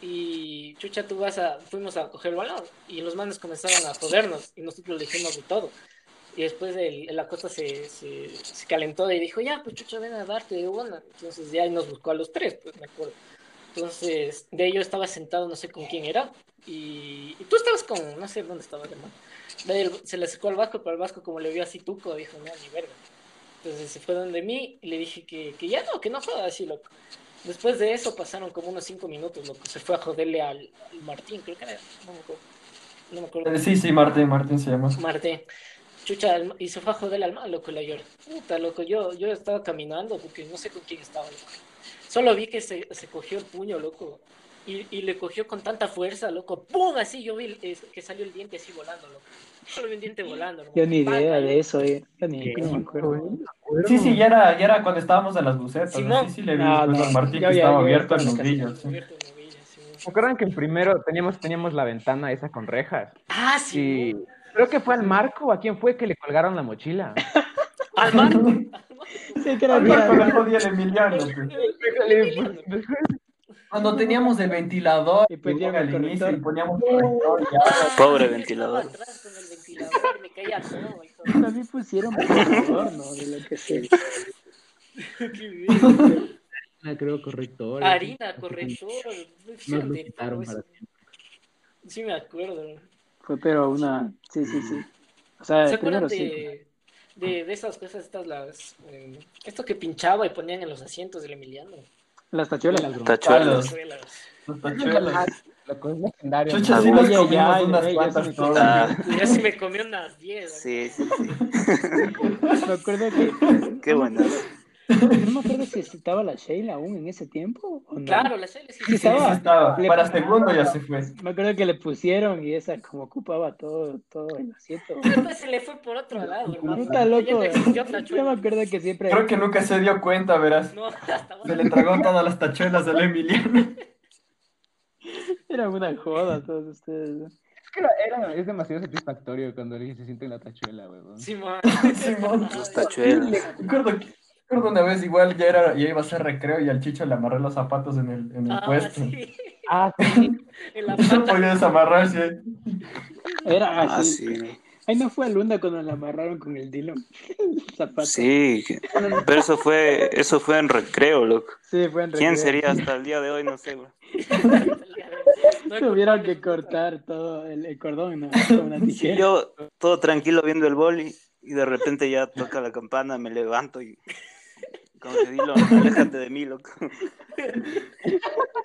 C: Y chucha, tú vas a, fuimos a coger el balón y los manes comenzaron a jodernos y nosotros le dijimos de todo. Y después el, el Acosta se, se, se calentó y dijo, ya, pues chucha, ven a darte una. Entonces ya ahí nos buscó a los tres, pues me acuerdo. Entonces, de ello estaba sentado, no sé con quién era. Y, y tú estabas con, no sé dónde estabas, hermano. De ahí el- se le acercó al Vasco, pero el Vasco, como le vio así tuco, dijo, no, ni verga. Entonces se fue donde mí y le dije que, que ya no, que no jodas así, loco. Después de eso pasaron como unos cinco minutos, loco. Se fue a joderle al, al Martín, creo que era. No me acuerdo. No me acuerdo.
D: Sí, sí, Martín, Martín se llama.
C: Marte. Chucha, el- y se fue a joder al man, loco, la llora. Puta, loco, yo, yo estaba caminando porque no sé con quién estaba, loco. Solo vi que se, se cogió el puño, loco. Y, y le cogió con tanta fuerza, loco. ¡Pum! Así yo vi eh, que salió el diente así volando, loco. Solo vi el diente volando, hermano.
A: Yo ni
C: Pa,
A: idea
C: cayó.
A: de eso, eh. Yo ni
C: ¿Qué?
A: no me acuerdo.
D: Sí, sí, ya era, ya era cuando estábamos en las bucetas.
C: Simón.
D: Sí, sí, le vi
A: Ah,
D: después
A: no.
D: al Martín
A: Ya,
D: que
A: ya,
D: estaba
A: ya,
D: abierto
A: ya,
D: en los ¿eh?
A: ya,
D: vidrios. sí.
C: Roberto Movilla, sí.
E: ¿Se acuerdan que en primero teníamos, teníamos la ventana esa con rejas?
C: Ah, sí.
E: Y creo que fue al Marco, ¿a quién fue que le colgaron la mochila?
C: Al Marco.
A: Sí, que era
D: Al
A: bien.
D: Marco le jodía el Emiliano. pues. Cuando teníamos el ventilador
A: Y
D: y
A: poníamos
D: al
A: el
D: inicio y
A: conector.
D: poníamos conector, ya.
B: Pobre
C: Yo
B: ventilador.
C: Ah, Estaba atrás con el ventilador, me caía todo. hijo.
A: También pusieron por favor, ¿no? De lo que sé.
G: Harina, creo, corrector.
C: Harina, corrector.
G: Nos lo
C: de todo
G: quitaron
C: eso.
G: para
C: Sí, me acuerdo.
A: Fue pero una... Sí, sí, sí. O sea,
C: ¿Se acuerdan
A: Ah, primero
C: de,
A: sí.
C: de, de esas cosas, estas las. eh, esto que pinchaba y ponían en los asientos del Emiliano?
A: Las tachuelas.
B: Tachuelos.
C: Las velas.
D: Los tachuelos.
A: Ah,
E: Lo que es legendario.
D: Chucha, sí
A: Ay,
D: nos
A: ay,
D: comimos
A: ay,
D: unas
A: ay, ya se me
D: cuantas
A: quitó.
D: todas.
C: Yo sí me comí unas 10.
B: Ah, Sí, sí, sí.
A: Me acuerdo que... Ah,
B: Qué bueno.
A: No me acuerdo si estaba la Sheila aún en ese tiempo o no.
C: Claro, las L sí,
A: Sí,
D: Sí, sí estaba.
A: Le-
D: Para segundo ya se fue.
A: Me acuerdo que le pusieron y esa como ocupaba todo, todo el asiento.
C: Entonces se le fue por otro lado, hermano.
A: Puta loco.
C: Ya no existió otra
A: Yo me
C: chula.
A: acuerdo que siempre...
D: Creo que nunca se dio cuenta, verás.
C: No, hasta
D: Se
C: ahora.
D: le tragó todas las tachuelas al Emiliano.
A: Era una joda todos ustedes. ¿no?
E: Es, que era- era- es demasiado satisfactorio cuando alguien se siente en la tachuela, weón.
C: Sí, man.
D: Simón.
B: Los tachuelos.
D: Recuerdo, que- recuerdo una vez igual ya, era, ya iba a ser recreo y al Chicho le amarré los zapatos en el, en el
C: Ah,
D: puesto.
C: sí.
E: Ah, sí.
C: En la
D: No
C: pata.
D: podía desamarrarse.
A: Era
B: Ah,
A: así.
B: sí.
A: Ahí no fue a Lunda cuando la amarraron con el dilo. El zapato.
B: Sí. que- Pero eso fue, eso fue en recreo, loco.
A: Sí, fue en
B: ¿Quién
A: recreo.
B: sería hasta el día de hoy? No sé, bro.
C: No,
A: Tuvieron que cortar todo el, el cordón, ¿no? Con una
B: Sí,
A: tijera.
B: yo todo tranquilo viendo el boli y de repente ya toca la campana, me levanto y como que dilo, aléjate de mí, loco.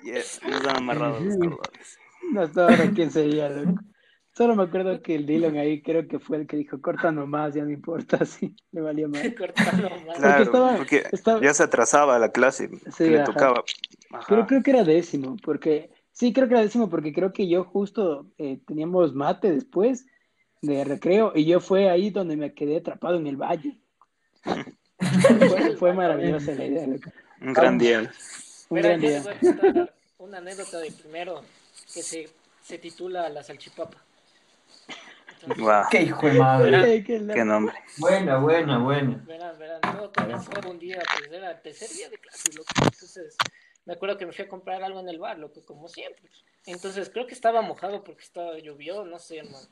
B: Yes, nos han amarrado los cordones.
A: No estaba ahora quién sería, loco. Solo me acuerdo que el Dylan ahí creo que fue el que dijo, corta nomás, ya no importa, sí, le valía más.
C: cortarlo más.
B: Claro,
A: estaba-
B: porque
A: estaba-
B: ya se atrasaba la clase
A: Sí,
B: que le
A: ajá.
B: tocaba. Ajá.
A: Pero creo que era décimo, porque sí, creo que era décimo, porque creo que yo justo eh, teníamos mate después de recreo y yo fue ahí donde me quedé atrapado en el valle. fue, fue maravillosa la idea. loco.
B: Un gran día.
A: Un
C: Mira,
A: gran
C: yo les
A: día.
C: voy a contar una anécdota de primero que se, se titula La salchipapa. Entonces,
B: Guau,
D: ¡Qué hijo de madre!
A: Ay, qué loco.
B: qué nombre.
D: Buena, buena, buena.
C: Verán, verán, todo comenzó un día, pues era el tercer día de clases, loco. Entonces, me acuerdo que me fui a comprar algo en el bar, loco, como siempre. Entonces, creo que estaba mojado porque estaba llovió, no sé, hermano.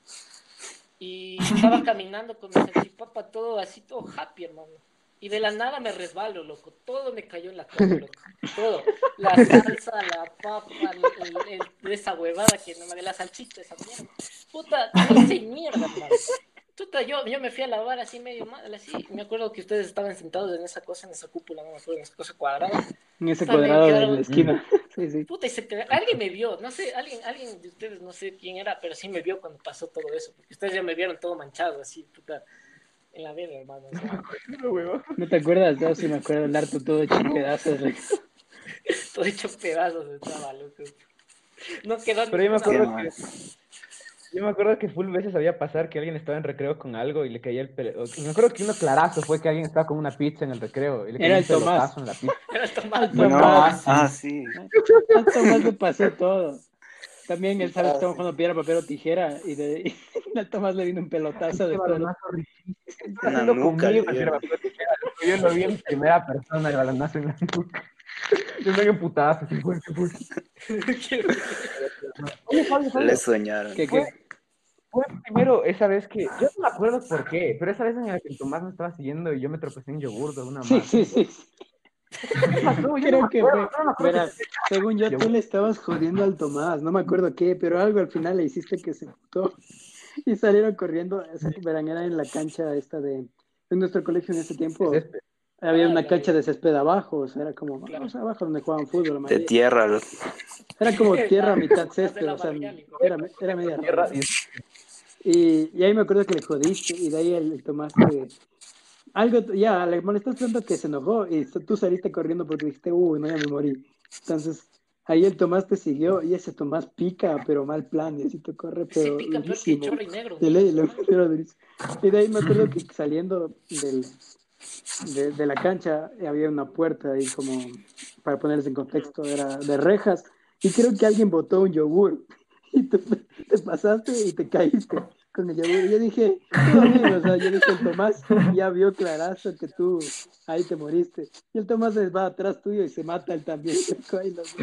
C: Y estaba caminando con mi salchipapa todo así, todo happy, hermano. Y de la nada me resbalo, loco. Todo me cayó en la cara, loco. Todo. La salsa, la papa, el, el- el- esa huevada que no me de la salchicha, esa mierda. Puta, no hice mierda, hermano. Puta, yo, yo me fui a lavar así medio mal, así. Me acuerdo que ustedes estaban sentados en esa cosa, en esa cúpula, no me acuerdo, en esa cosa cuadrada.
A: En ese
C: También
A: cuadrado de
C: quedaron-
A: la esquina. Sí, sí.
C: Puta, y se caga- alguien me vio, no sé, alguien, alguien de ustedes, no sé quién era, pero sí me vio cuando pasó todo eso, porque ustedes ya me vieron todo manchado, así, puta, en la verga, hermano. o sea,
A: ¿No te acuerdas? Yo sí me acuerdo el harto todo hecho pedazos. loco.
C: todo hecho pedazos estaba, loco. No quedó
E: Pero yo me
C: ninguna-
B: Qué
E: acuerdo
B: mal.
E: que. Yo me acuerdo que full veces había pasar que alguien estaba en recreo con algo y le caía el pele... o- Me acuerdo que uno clarazo fue que alguien estaba con una pizza en el recreo y le caía
A: Era
E: un
A: el Tomás.
E: pelotazo en la pizza.
C: Era tomar-
B: Bueno,
A: Tomás.
B: ah, sí.
A: Harto más le pasó todo. También él
E: ah,
A: sabe que estamos jugando piedra, papel o tijera y de y a Tomás le vino un pelotazo de
E: Qué
A: todo.
E: Este balonazo riquísimo. Estaba
B: En la
E: haciendo
B: nuca le
E: conmigo, así,
B: dieron.
E: era- Yo lo vi en primera persona el balonazo en la nuca. Yo me dio putazo. así, güey, qué fuerte. Oye, Fabio, Fabio,
B: Le soñaron.
A: Que, que,
E: Fue primero esa vez que. Yo no me acuerdo por qué, pero esa vez en la que el Tomás me estaba siguiendo y yo me tropecé en yogur de una
A: sí,
E: mano.
A: sí, sí.
E: ¿Qué pasó? Yo no
A: Creo
E: me
A: que
E: acuerdo,
A: fue.
E: yo no me acuerdo.
A: Verás, según yo, tú le estabas jodiendo al Tomás, no me acuerdo qué, pero algo al final le hiciste que se putó y salieron corriendo. Esa verán, era en la cancha esta de. En nuestro colegio en ese tiempo
E: Césped.
A: había
C: Ah,
A: una
C: la
A: cancha
C: de-
A: de césped abajo, o sea, era como
C: Claro.
A: vamos abajo donde jugaban fútbol. la
B: De
A: mayoría.
B: tierra, loco.
A: Era como tierra, mitad
C: De
A: césped,
C: la
A: o sea,
C: barrial, hijo.
A: era, era media
E: Tierra y-
A: y, y ahí me acuerdo que le jodiste y de ahí el Tomás te- Algo, ya, le molestaste tanto que se enojó y s- tú saliste corriendo porque dijiste, uy, no, ya me morí. Entonces, ahí el Tomás te siguió y ese Tomás pica, pero mal plan, y así te corre,
C: Sí,
A: pero
C: pica peor que
A: durísimo.
C: chorro y negro.
A: De ley, lo- pero durísimo. Y de ahí me acuerdo que saliendo del, de, de la cancha había una puerta ahí como, para ponerles en contexto, era de rejas Y creo que alguien botó un yogur. Y te, te pasaste y te caíste con el yogur. Y Yo dije, "Tú, amigo", o sea, yo dije, el Tomás ya vio clarazo que tú ahí te moriste. Y el Tomás se va atrás tuyo y se mata él también. Ahí los-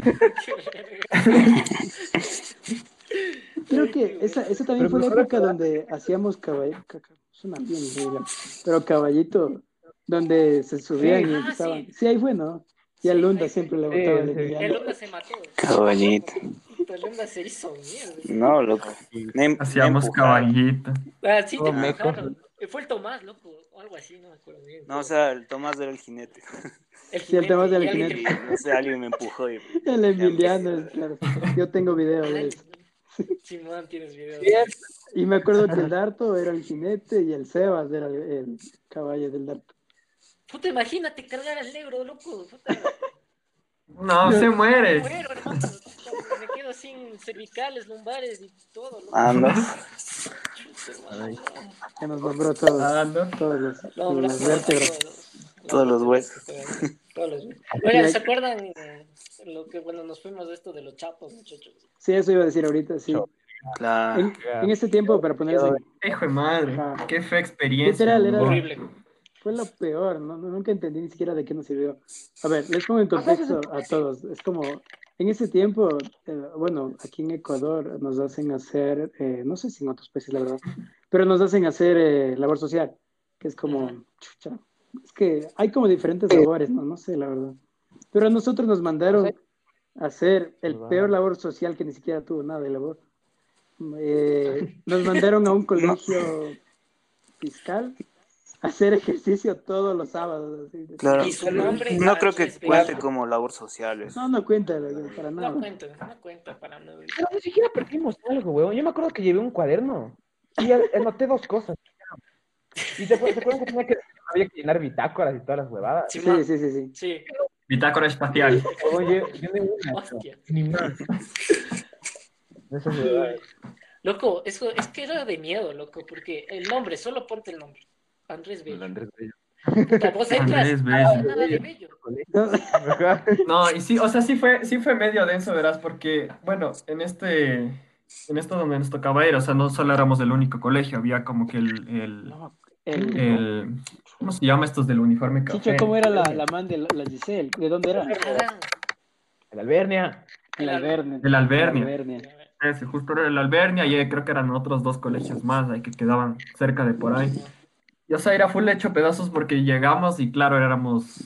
A: Creo que esa, esa también
G: Pero
A: fue la
G: mejor
A: época donde hacíamos caballito. Suena bien, diga, pero caballito, donde se subían
C: Sí.
A: y
C: Ah,
A: empezaban.
C: sí.
A: Sí, ahí fue, ¿no? Y a
C: Sí,
A: Lunda
C: ahí fue.
A: siempre le
E: Sí,
A: botaba
E: sí.
A: de villano.
C: El Honda se mató.
B: Caballito.
C: El Honda se hizo mierda.
B: No, loco. Me- me
D: Hacíamos
B: empujaron.
D: caballito.
C: Ah, sí, te
E: Todo meco.
C: mataron. Fue el Tomás, loco, o algo así, no me acuerdo bien.
B: No, o sea, el Tomás era el jinete.
C: el
A: sí, el Tomás del
C: y alguien
A: jinete.
B: Y, no sé, alguien me empujó y
A: El Emiliano, es claro. Yo tengo video de eso.
C: gritó. Simón, tienes video.
A: Y me acuerdo que el Darto era el jinete y el Sebas era el, el caballo del Darto.
C: Puta, imagínate cargar al negro, loco. Puta,
D: No, se
C: me
D: muere.
C: muero, hermano. Puta, Me quedo sin cervicales, lumbares y todo, loco.
B: Ah, no.
A: Que nos nombró
C: Ah,
A: todos,
D: Nadando.
A: todos los,
C: No,
A: los
C: brazos,
A: vértebras.
C: todos,
B: Todos los huesos.
C: Todos los huesos. Oigan, ¿se acuerdan eh, lo que, bueno, nos fuimos de esto de los chapos, muchachos?
A: Sí, eso iba a decir ahorita, sí.
B: Claro.
A: En, en este tiempo, para ponerse.
D: Hijo de madre.
A: Ajá.
D: Qué fea experiencia.
A: Ah. Literal, era-
D: bro.
C: Horrible.
A: Fue lo peor, ¿no? No- nunca entendí ni siquiera de qué nos sirvió. A ver, les pongo en contexto a todos. Es como, en ese tiempo, eh, bueno, aquí en Ecuador nos hacen hacer, eh, no sé si en otros países, la verdad, pero nos hacen hacer eh, labor social, que es como, chucha, es que hay como diferentes labores, ¿no? No sé, la verdad. Pero a nosotros nos mandaron a hacer el peor labor social que ni siquiera tuvo nada de labor. Eh, nos mandaron a un colegio fiscal a hacer ejercicio todos los sábados. así de-
B: Claro.
C: Y su nombre
B: No creo
C: Sánchez
B: que cuente
C: Peña.
B: como labor social eso.
A: No, no cuenta, güey, para
C: No
A: nada.
C: cuenta, no cuenta para nada.
E: Pero ni siquiera perdimos algo, weón. Yo me acuerdo que llevé un cuaderno y a- anoté dos cosas. Y te acuer- ¿se acuerdan que, tenía que había que llenar bitácoras y todas las huevadas.
A: Sí,
C: Simón,
A: sí, sí, sí.
C: sí.
D: Bitácora espacial.
E: Oye, yo ni una,
C: Hostia.
E: ni más. De esas huevadas.
C: Loco, eso es que era de miedo, loco, porque el nombre, solo ponte el nombre. Andrés
E: El
C: Bello.
E: Andrés Bello.
C: Puta, vos
A: Ah,
C: entras,
D: Andrés
C: nada,
D: Bello.
C: nada de Bello.
E: Ajá.
D: No, y sí, o sea, sí fue, sí fue medio denso, verás, porque, bueno, en este, en esto donde nos tocaba ir, o sea, no solo éramos del único colegio, había como que el, el,
A: El-
D: el- ¿cómo se llama estos del uniforme café?
A: Chicho, ¿cómo era la, la man de la Giselle? ¿De dónde era?
C: Aragán.
E: El Albernia.
A: El Albernia.
D: El Albernia.
A: El Albernia.
D: Ese, justo era el Albernia y eh, creo que eran otros dos colegios más ahí que quedaban cerca de por ahí. Y, o sea, era full hecho pedazos porque llegamos y, claro, éramos,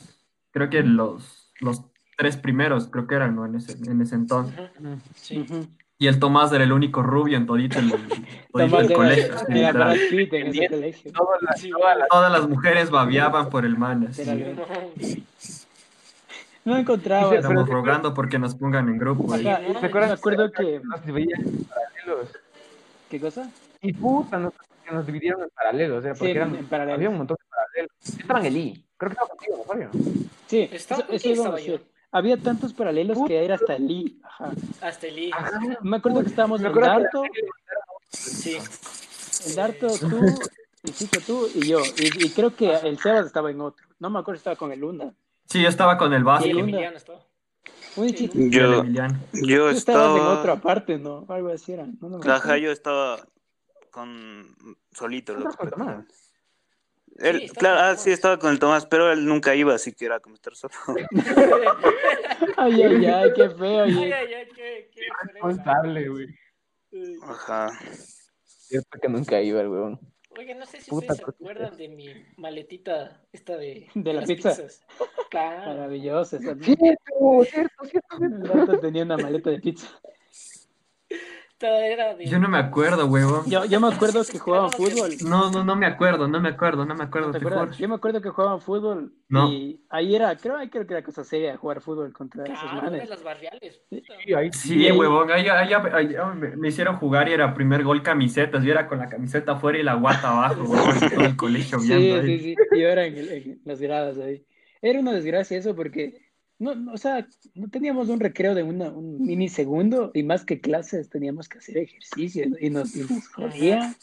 D: creo que los, los tres primeros, creo que eran, ¿no? En ese, en ese entonces.
C: Ujú, Sí.
A: Ujú.
D: Y el Tomás era el único rubio en todito el, todito
A: Tomás
D: el
A: era-
D: colegio. así,
A: era
D: literal.
A: Brad Pitt en ese colegio.
D: Todas las, todas las- todas las mujeres babeaban por el man. así.
A: Era el-
C: Simón.
A: No encontraba.
E: Pero-
D: Estamos rogando porque nos pongan en grupo. ahí.
A: Ajá, y
E: ¿Se
A: me
E: acuerdan?
A: acuerdo que...
E: Nos dividían en paralelos.
A: ¿Qué cosa?
E: Y puta, nos, que nos dividieron en paralelos. O sea, porque
A: Sí,
E: eran,
A: en paralelos.
E: había un montón de paralelos. Yo estaba en el I. Creo que estaba contigo, ¿no, Fabio?
A: Sí,
C: Estaba
A: eso,
C: con
A: eso
C: quién
A: íbamos a
C: estaba
A: decir. Había tantos paralelos que era hasta el I. Ajá.
C: Hasta el I.
A: Me acuerdo que estábamos
E: Me
A: en
E: acuerdo que-
A: Darto,
C: Sí.
A: el Darto, tú, el Chicho, tú y yo. Y, y creo que el Sebas estaba en otro. No me acuerdo si estaba con el Lunda.
D: Sí, yo estaba con el
C: Y
D: Vasco.
C: el
A: Lunda.
C: Emiliano estaba.
A: Uy, chico,
D: y el
B: Yo,
D: Emiliano.
B: yo
A: tú estabas en
B: estaba.
A: otra parte, ¿no? Algo así era. No, no me
B: Ajá,
A: acuerdo.
B: yo estaba con solito.
E: Estaba
B: loco,
E: con Tomás.
B: prácticamente. Él,
C: Sí, estaba
B: claro, ah,
C: con Tomás.
B: sí, estaba con el Tomás, pero él nunca iba, así que era como estar solo.
A: Ay, ay, ay, qué feo.
C: Ay,
A: oye.
C: ay, ay, qué, qué
E: Responsable, güey.
C: Ay.
B: Ajá.
E: Cierto que nunca iba el weón.
C: Oigan, no sé si
E: Puta,
C: ustedes se
E: creo que-
C: acuerdan de mi maletita esta de,
A: De la
C: las
A: pizza.
C: pizzas. Claro.
A: Maravilloso. esa-
E: Cierto, cierto, cierto.
A: El Darto tenía una maleta de pizza.
C: Esta era de
D: Yo no me acuerdo, huevón.
A: Yo, yo me acuerdo que jugaban fútbol.
D: No, no, no me acuerdo, no me acuerdo, no me acuerdo.
A: ¿Te
D: te
A: acuerdas?
D: juro.
A: Yo me acuerdo que jugaban fútbol
D: No.
A: y ahí era, creo, ahí creo que era cosa seria jugar fútbol contra esos
C: Claro, de
A: manes.
C: las barriales. puta.
E: Sí, ahí
D: Sí,
A: Y-
D: huevón, ahí, ahí- ahí- ahí me, me hicieron jugar y era primer gol camisetas. Yo era con la camiseta afuera y la guata abajo, huevón, todo el colegio viendo.
A: Sí,
D: ahí.
A: sí, sí. Y yo era en, el- en las gradas ahí. Era una desgracia eso porque, no, no, o sea, no teníamos un recreo de una, un mini segundo y más que clases teníamos que hacer ejercicio y nos, y nos jodía.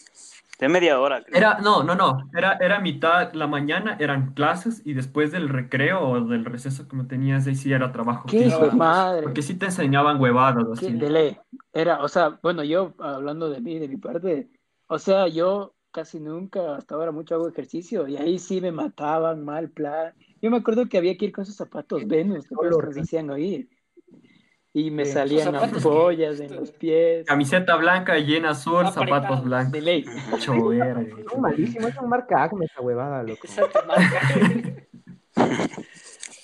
B: De media hora, creo.
D: Era, no, no, no. Era, era mitad, la mañana eran clases y después del recreo o del receso que me tenías, ahí sí era trabajo.
A: ¡Qué hijo
D: físico.
A: de madre!
D: Porque sí te enseñaban huevadas
A: Que
D: así.
A: de ley. Era, o sea, bueno, yo hablando de mí, de mi parte, o sea, yo casi nunca, hasta ahora mucho hago ejercicio y ahí sí me mataban, mal plan. Yo me acuerdo que había que ir con esos zapatos Venus, que todos nos hacían oír. Y me
E: Sí.
A: salían
C: Los zapatos
A: ampollas
C: que-
A: en los pies.
D: Camiseta blanca, llena azul, zapatos
C: Apretados.
A: Ah, De
D: blancos.
A: ley.
D: Mucho verga.
E: Son malísimo, es una marca Acme esa huevada, loco.
C: Esa te marca.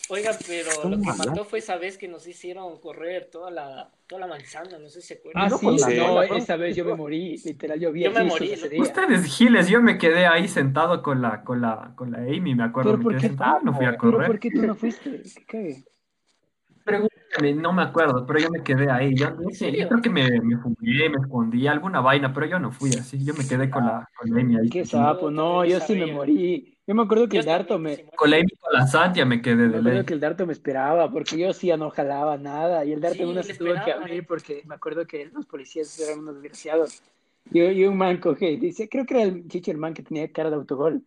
C: Oigan, pero lo que
E: Toma,
C: mató fue esa vez que nos hicieron correr toda la, toda la manzana, no sé si se
A: Ah,
C: acuerdan.
A: sí,
E: con la-
A: no, eh,
E: con la-
A: esa vez yo me morí, literal, yo vi
C: Yo
A: a
C: me
A: Jesús
C: morí,
A: ese
C: ¿no?
A: día.
D: Ustedes giles, yo me quedé ahí sentado con la, con la, con la Amy, me acuerdo.
A: Pero
D: me
A: ¿por
D: quedé
A: qué?
D: sentado, no fui a
A: Pero
D: correr.
A: ¿por qué tú no fuiste? ¿Qué cague?
D: Me- No me acuerdo, pero yo me quedé ahí. Yo, no sé, yo
C: serio?
D: creo que me, me fugué, me escondí, alguna vaina, pero yo no fui así. Yo me quedé con la, con la Amy ahí.
A: Ah, Qué
D: con la-
A: sapo, no, yo sí me morí. Yo me acuerdo que
C: Yo
A: el Darto
C: también,
A: me,
C: sí, muero.
D: Con la Amy, con la Santia me quedé
A: Me
D: de
A: acuerdo
D: ley.
A: que el Darto me esperaba porque yo sí ya no jalaba nada y el Darto
C: Sí,
A: en una
C: le
A: se tuvo que
C: esperaba.
A: abrir porque me acuerdo que los policías eran unos desgraciados. Y, y un man coge y dice, creo que era el chicho el man que tenía cara de autogol.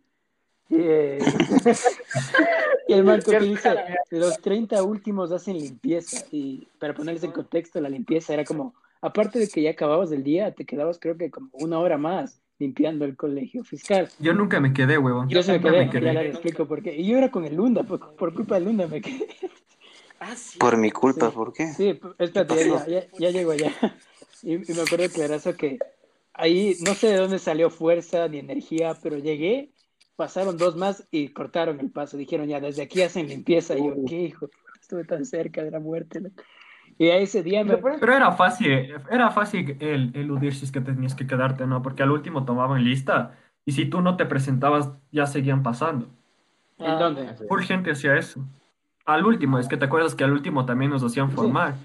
A: Y, eh, y el man coge y dice, los 30 últimos hacen limpieza. Y para ponerles en contexto, la limpieza era como, aparte de que ya acababas el día, te quedabas creo que como una hora más limpiando el colegio fiscal.
D: Yo nunca me quedé, huevón.
A: Yo se me
D: nunca
A: quedé,
D: me quedé.
A: ya les explico por qué. Y yo era con el Lunda, por, por culpa del Lunda me quedé.
C: Ah, sí.
B: Por mi culpa,
A: Sí.
B: ¿por qué?
A: Sí, p- espérate, ya, ya, ya llego allá. Y, y me acuerdo clarazo que ahí no sé de dónde salió fuerza ni energía, pero llegué, pasaron dos más y cortaron el paso. Dijeron, ya, desde aquí hacen limpieza. Y yo, qué hijo, estuve tan cerca de la muerte. loco. Y a ese día me...
D: Pero era fácil, era fácil el, eludir si es que tenías que quedarte, ¿no? Porque al último tomaban lista y si tú no te presentabas, ya seguían pasando.
A: Ah, ¿En dónde?
D: Por gente hacía eso. Al último, es que te acuerdas que al último también nos hacían formar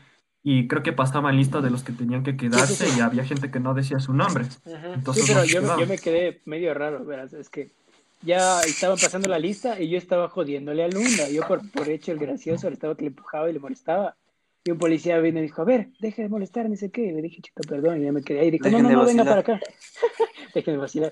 D: y creo que pasaban lista de los que tenían que quedarse y había gente que no decía su nombre.
C: Ujú.
A: Sí,
D: Entonces
A: pero
D: nos
A: yo, me- yo
D: quedábamos.
A: me quedé medio raro, verás, es que ya estaban pasando la lista y yo estaba jodiéndole a Lunda, yo por, por hecho el gracioso le estaba que le empujaba y le molestaba. Y un policía vino y dijo, a ver, deja de molestar, ni sé qué. Y le dije, chito, perdón. Y ya me quedé ahí. Dijo,
B: Dejen
A: no,
B: de
A: no, no, venga para
B: vacilar.
A: acá. Déjenme vacilar.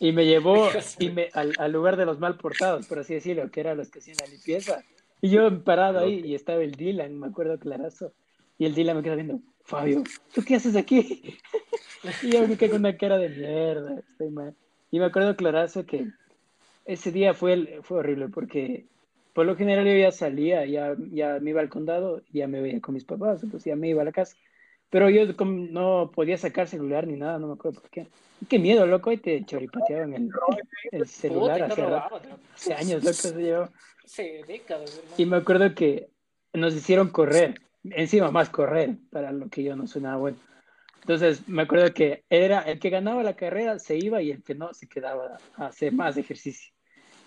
A: Y me llevó y me- al, al lugar de los mal portados, por así decirlo, que eran los que hacían la limpieza. Y yo parado ahí y estaba el Dylan, me acuerdo clarazo. Y el Dylan me queda viendo, Fabio, ¿tú qué haces aquí? y yo me quedé con una cara de mierda, estoy mal. Y me acuerdo clarazo que ese día fue, el- fue horrible porque por lo general yo ya salía, ya, ya me iba al condado, ya me veía con mis papás, entonces ya me iba a la casa. Pero yo como no podía sacar celular ni nada, no me acuerdo por qué. Y Qué miedo, loco, y te choripateaban el, el celular
C: Puta, te
A: hace, rato-
C: robaban, ¿no?
A: hace años, loco, se llevaba.
C: Hace décadas, hermano.
A: Y me acuerdo que nos hicieron correr, encima más correr, para lo que yo no soy nada bueno. Entonces me acuerdo que era el que ganaba la carrera se iba y el que no se quedaba a hacer más ejercicio.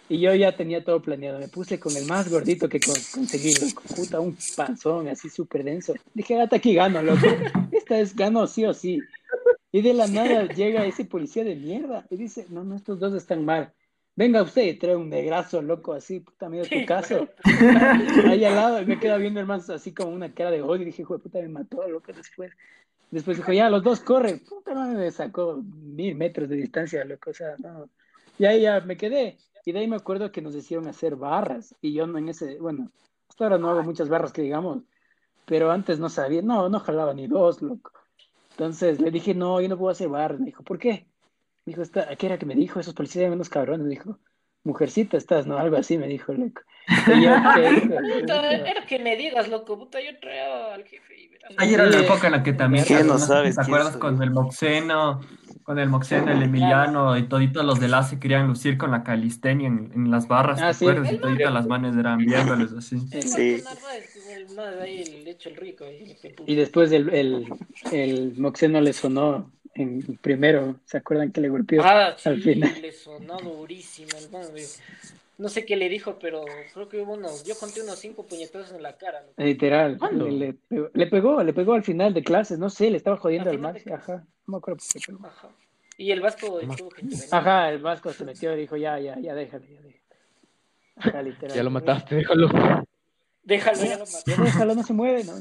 A: Y yo ya tenía todo planeado. Me puse con el más gordito que con- conseguí, loco. Puta, un panzón así súper denso. Dije, "Ah, hasta aquí gano, loco. Esta vez gano sí o sí. Y de la nada llega ese policía de mierda y dice, no, no, estos dos están mal. Venga usted y trae un negrazo, loco, así, puta, medio tu caso. Ahí al lado, y me queda viendo, hermano, así como una cara de odio. Y dije, hijo de puta, me mató, loco, después. Después dijo, ya, los dos corren. Puta madre, me sacó mil metros de distancia, loco, o sea, no. Y ahí ya me quedé. Y de ahí me acuerdo que nos hicieron hacer barras. Y yo no en ese, bueno, hasta ahora no hago muchas barras que digamos. Pero antes no sabía, no, no jalaba ni dos, loco. Entonces le dije, no, yo no puedo hacer barras. Me dijo, ¿por qué? Me dijo, esta, ¿qué era que me dijo? Esos policías eran unos cabrones. Me dijo, mujercita estás, ¿no? Algo así me dijo, loco. Y yo, "¿Qué, hijo de
C: Puta,
A: puta?".
C: era que me digas, loco, puta, yo traía al jefe y verás.
D: Ahí era la época en la que también
B: ¿Quién no
D: no sé si
B: sabes
D: ¿Te
B: quién
D: acuerdas
B: soy?
D: con el Moxeno, con el Moxeno, el Emiliano y toditos los de la se querían lucir con la calistenia en, en las barras,
A: Ah,
D: ¿te
A: sí.
D: acuerdas? Y toditas las manes eran viéndoles así.
A: Eh,
B: Sí.
C: El más ahí, el hecho el rico. ahí, el puto.
A: Y después el, el, el Moxeno le sonó en el primero, ¿se acuerdan que le golpeó?
C: Ah,
A: al
C: sí,
A: final.
C: le sonó durísima, hermano. güey. No sé qué le dijo, pero creo que hubo unos. Yo conté unos cinco puñetazos en la cara. loco.
A: Literal,
E: ¿Cuándo?
A: le, le pegó, le pegó, le pegó al final de clases, no sé, le estaba jodiendo
C: Al
A: al
C: final
A: Max,
C: de clases.
A: ajá, no me acuerdo por qué pegó.
C: Ajá. Y el Vasco tuvo que intervenir.
A: Ajá, el Vasco se metió y dijo, ya, ya, ya, déjale, ya, déjale. Ajá, literal.
E: Ya lo mataste, déjalo. Yo
C: Déjalo, ya lo mató.
A: Ya déjalo, Pues, no se mueve, ¿no?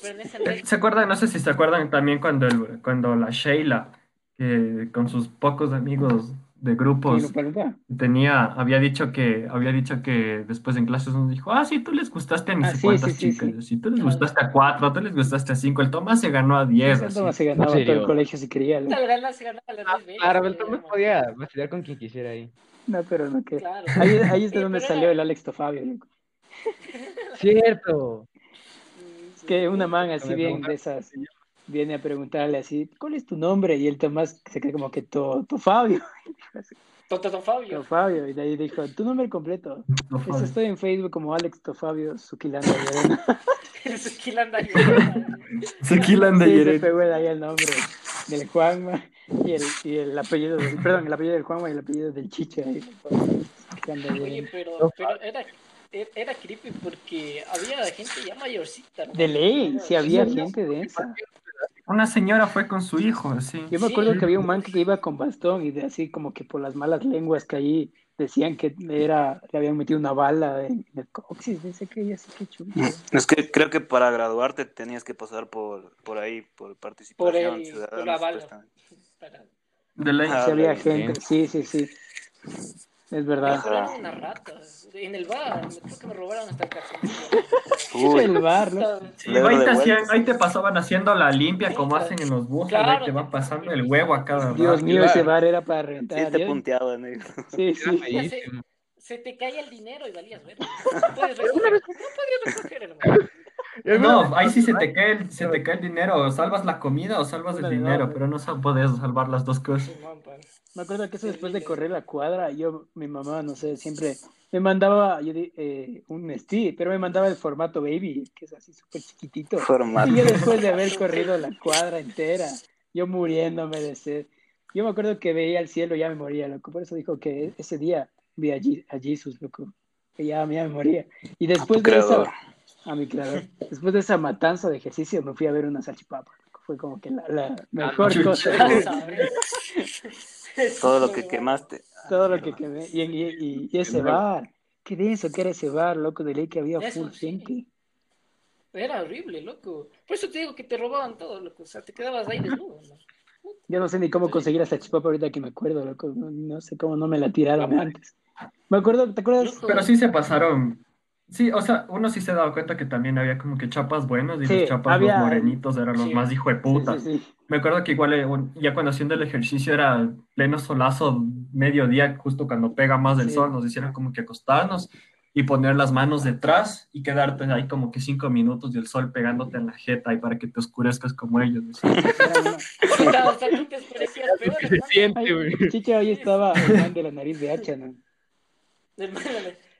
C: Pero en ese
A: Eh,
D: ¿Se acuerdan? No sé si se acuerdan también cuando, el- cuando la Sheila que con sus pocos amigos de
E: Pues,
D: grupos
A: Urupa-Lupa.
D: tenía, había dicho que, había dicho que después en clases nos dijo, ah, sí, tú les gustaste a ni
A: Ah,
D: sé
A: sí, sí,
D: cuántas
A: sí,
D: chicas,
A: sí.
D: si tú les gustaste a cuatro, tú les gustaste a cinco, el Tomás se ganó a diez,
A: Ese
D: así.
A: Tomás se ganaba
E: ¿En
A: todo
E: serio?
A: el colegio si quería. ¿no?
C: Las ganas se ganaba las dos veces.
E: Ah, Claro, el Tomás
C: digamos.
E: podía vacilar con quien quisiera ahí.
A: No, pero no que.
C: Claro.
A: Ahí, ahí es de
C: Oye,
A: donde
C: pero
A: salió
C: era-
A: el Alex Tofabio. loco.
E: Cierto.
A: Es que una man así
E: Me
A: bien de esas viene a preguntarle así, ¿cuál es tu nombre? Y el Tomás se queda como que to- Tofabio.
C: Toto Don Fabio.
A: Tofabio. Y de ahí dijo, tu nombre completo.
D: No fue-
A: Pues estoy en Facebook como Alex Tofabio Suquilanda y Arena.
C: El Suquilanda.
D: Sequilanda
A: Sí,
D: y
A: se
D: Eren.
A: pegó de ahí el nombre del Juanma y el, y el apellido del, perdón, el apellido del Juanma y el apellido del Chicha. ahí. Suquilanda y
C: Oye,
A: Arena.
C: pero,
A: ah.
C: pero era, era creepy porque había gente ya mayorcita. ¿no?
A: De ley, si había gente densa.
D: Una señora fue con su hijo, así.
A: Yo me acuerdo que había un man que iba con bastón y de así como que por las malas lenguas que ahí decían que era, le habían metido una bala en, en el coxis, dice que ya sí que chulo.
B: Mm, Es que creo que para graduarte tenías que pasar por, por ahí, por participación
C: Por el-
B: ciudadana.
C: por la bala.
B: supuestamente.
C: Para-
D: De ley.
B: Ah,
A: Sí había
B: bien.
A: gente, sí, sí, sí. Es verdad.
C: Me robaron una rata. En el bar, me- creo que me robaron hasta el calzoncillo.
A: El
B: Uy,
A: bar, ¿no?
D: Sí,
B: Le
D: ahí,
B: doy
D: te hacían-
B: vueltas.
D: ahí te pasaban haciendo la limpia como hacen en los buses,
C: Claro.
D: ahí te van pasando el huevo a cada
A: Dios
D: rato.
A: mío,
E: claro.
A: ese bar era para
B: sí
A: rentar.
B: te
A: Yo-
B: punteaba, negro.
A: Sí,
E: Era
A: sí.
E: feísimo.
C: Se te cae el dinero y valías ver. No puedes recoger, no podías recoger, hermano.
D: No, ahí sí se te cae el, se te cae el dinero, o salvas la comida o salvas el
A: Una de
D: dinero,
A: dos,
D: pero no sa- puedes salvar las dos cosas.
C: Simón, pues.
A: Me acuerdo que eso después de correr la cuadra, yo, mi mamá, no sé, siempre me mandaba yo di- eh, un Nestí, pero me mandaba el formato baby, que es así súper chiquitito.
B: Formato.
A: Y yo después de haber corrido la cuadra entera, yo muriéndome de sed, yo me acuerdo que veía al cielo y ya me moría, loco. Por eso dijo que ese día vi a, Je- a Jesus, loco. Que ya, ya me moría. Y después de
B: Creador.
A: esa, a mi creador, después de esa matanza de ejercicio, me fui a ver una salchipapa. loco. Fue como que la, la mejor
D: chucha.
A: cosa.
B: Todo lo que quemaste.
A: Todo lo que quemé. Y, y- y- y ese bar. Qué denso que era ese bar, loco, de ley que había
C: Eso
A: full
C: sí.
A: gente.
C: Era horrible, loco. Por eso te digo que te robaban todo, loco. O sea, te quedabas ahí desnudo, ¿no?
A: Yo no sé ni cómo conseguir la salchipapa ahorita que me acuerdo, loco. No, no sé cómo no me la tiraron antes. Me acuerdo, ¿te acuerdas?
C: Loco,
D: Pues, Pero sí se pasaron. Sí, o sea, uno sí se daba cuenta que también había como que chapas buenos y
A: Sí,
D: los chapas
A: había-
D: los morenitos eran los
C: Sí.
D: más hijo de puta.
A: Sí, sí, sí.
D: Me acuerdo que igual eh, un- ya cuando haciendo el ejercicio era pleno solazo, mediodía, justo cuando pega más el
A: Sí.
D: sol, nos hicieron como que acostarnos y poner las manos detrás y quedarte ahí como que cinco minutos y el sol pegándote en la jeta y para que te oscurezcas como ellos.
A: Era una-
C: Puta, o sea, tú te parecías peor,
E: Se
C: hermano.
E: siente,
A: Ay,
E: güey.
A: Chicha, ahí estaba el man de la nariz de hacha, ¿no?
C: Hermano,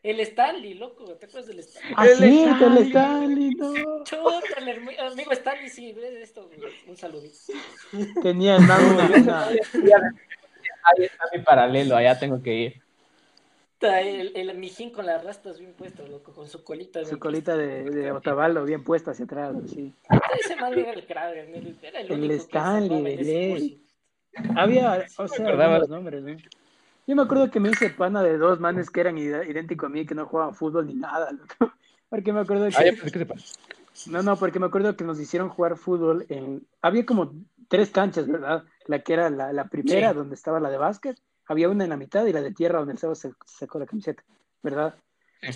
C: El Stanley, loco. ¿Te acuerdas del Stanley?
A: Ah,
E: El
A: sí, el
E: Stanley.
A: Stanley, no.
C: Chuta, el hermi- amigo Stanley, sí, ves esto. güey. Un saludito.
A: Tenía el man una, una-
E: Ahí está mi paralelo, allá tengo que ir.
C: Puta, El, el mijín con las rastas bien puesto, loco, con su colita.
A: su
C: bien
A: colita de, de otavalo bien puesta hacia atrás, sí.
C: puesta. Ese man era el Kraven, el- era el
A: El
C: único que
A: Stanley,
C: salvaba en
A: de
C: ese
A: ley.
C: curso.
A: Había, o sea,
E: acordaba.
A: algunos nombres, ¿no? Yo me acuerdo que me hice pana de dos manes que eran id- idénticos a mí, que no jugaban fútbol ni nada, loco. Porque me acuerdo
E: Ah, ya
A: que...
E: pensé que se pasó.
A: No, no, porque me acuerdo que nos hicieron jugar fútbol en... Había como tres canchas, ¿verdad? La que era la, la primera,
C: Sí.
A: donde estaba la de básquet, había una en la mitad y la de tierra, donde el Seba se sacó la camiseta, ¿verdad?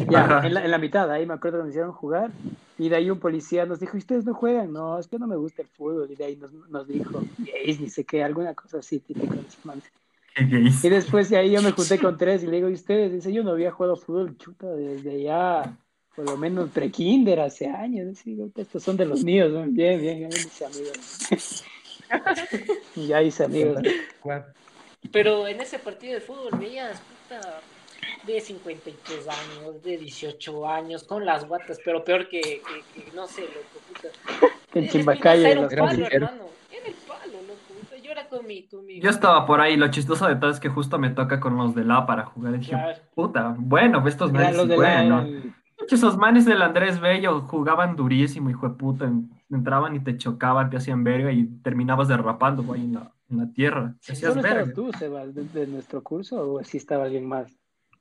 A: Ya,
D: Ajá.
A: en la, en la mitad, ahí me acuerdo que nos hicieron jugar y de ahí un policía nos dijo, "¿Y ustedes no juegan? No, es que no me gusta el fútbol y de ahí nos, nos dijo, gays, ni sé qué, alguna cosa así típica de esos manes.
D: Qué gays.
A: Y después de ahí yo me junté con tres y le digo, ¿y ustedes? Dice, yo no había jugado fútbol, chuta, desde ya, por lo menos pre-kinder, hace años. Dice, "Yo, estos son de los míos, ¿no? bien, bien, bien, hice amigos. y ya hice amigos.
C: Pero en ese partido de fútbol veías, puta, de 53 años, de 18 años, con las guatas, pero peor que, que- que, no sé, loco, puta.
A: En
C: El
A: Chimbacayo.
C: Espinosa Era
A: los-
C: un palo,
E: Era
C: hermano. Era el palo, loco. puta. Yo era con mi... Con mi
D: Yo estaba por ahí, lo chistoso de todo es que justo me toca con los de la para jugar. Y dije,
C: Claro.
D: puta, bueno, pues estos
A: Eran
D: manes
A: los
D: sí
A: de la-
D: juegan, ¿no?
A: el-
D: Esos manes del Andrés Bello jugaban durísimo, hijo de puta. en- Entraban y te chocaban, te hacían verga y terminabas derrapando, güey, en la, en la tierra. Te hacías
A: ¿Solo
D: verga.
A: estabas tú, Sebas, de, de nuestro curso o si estaba alguien más?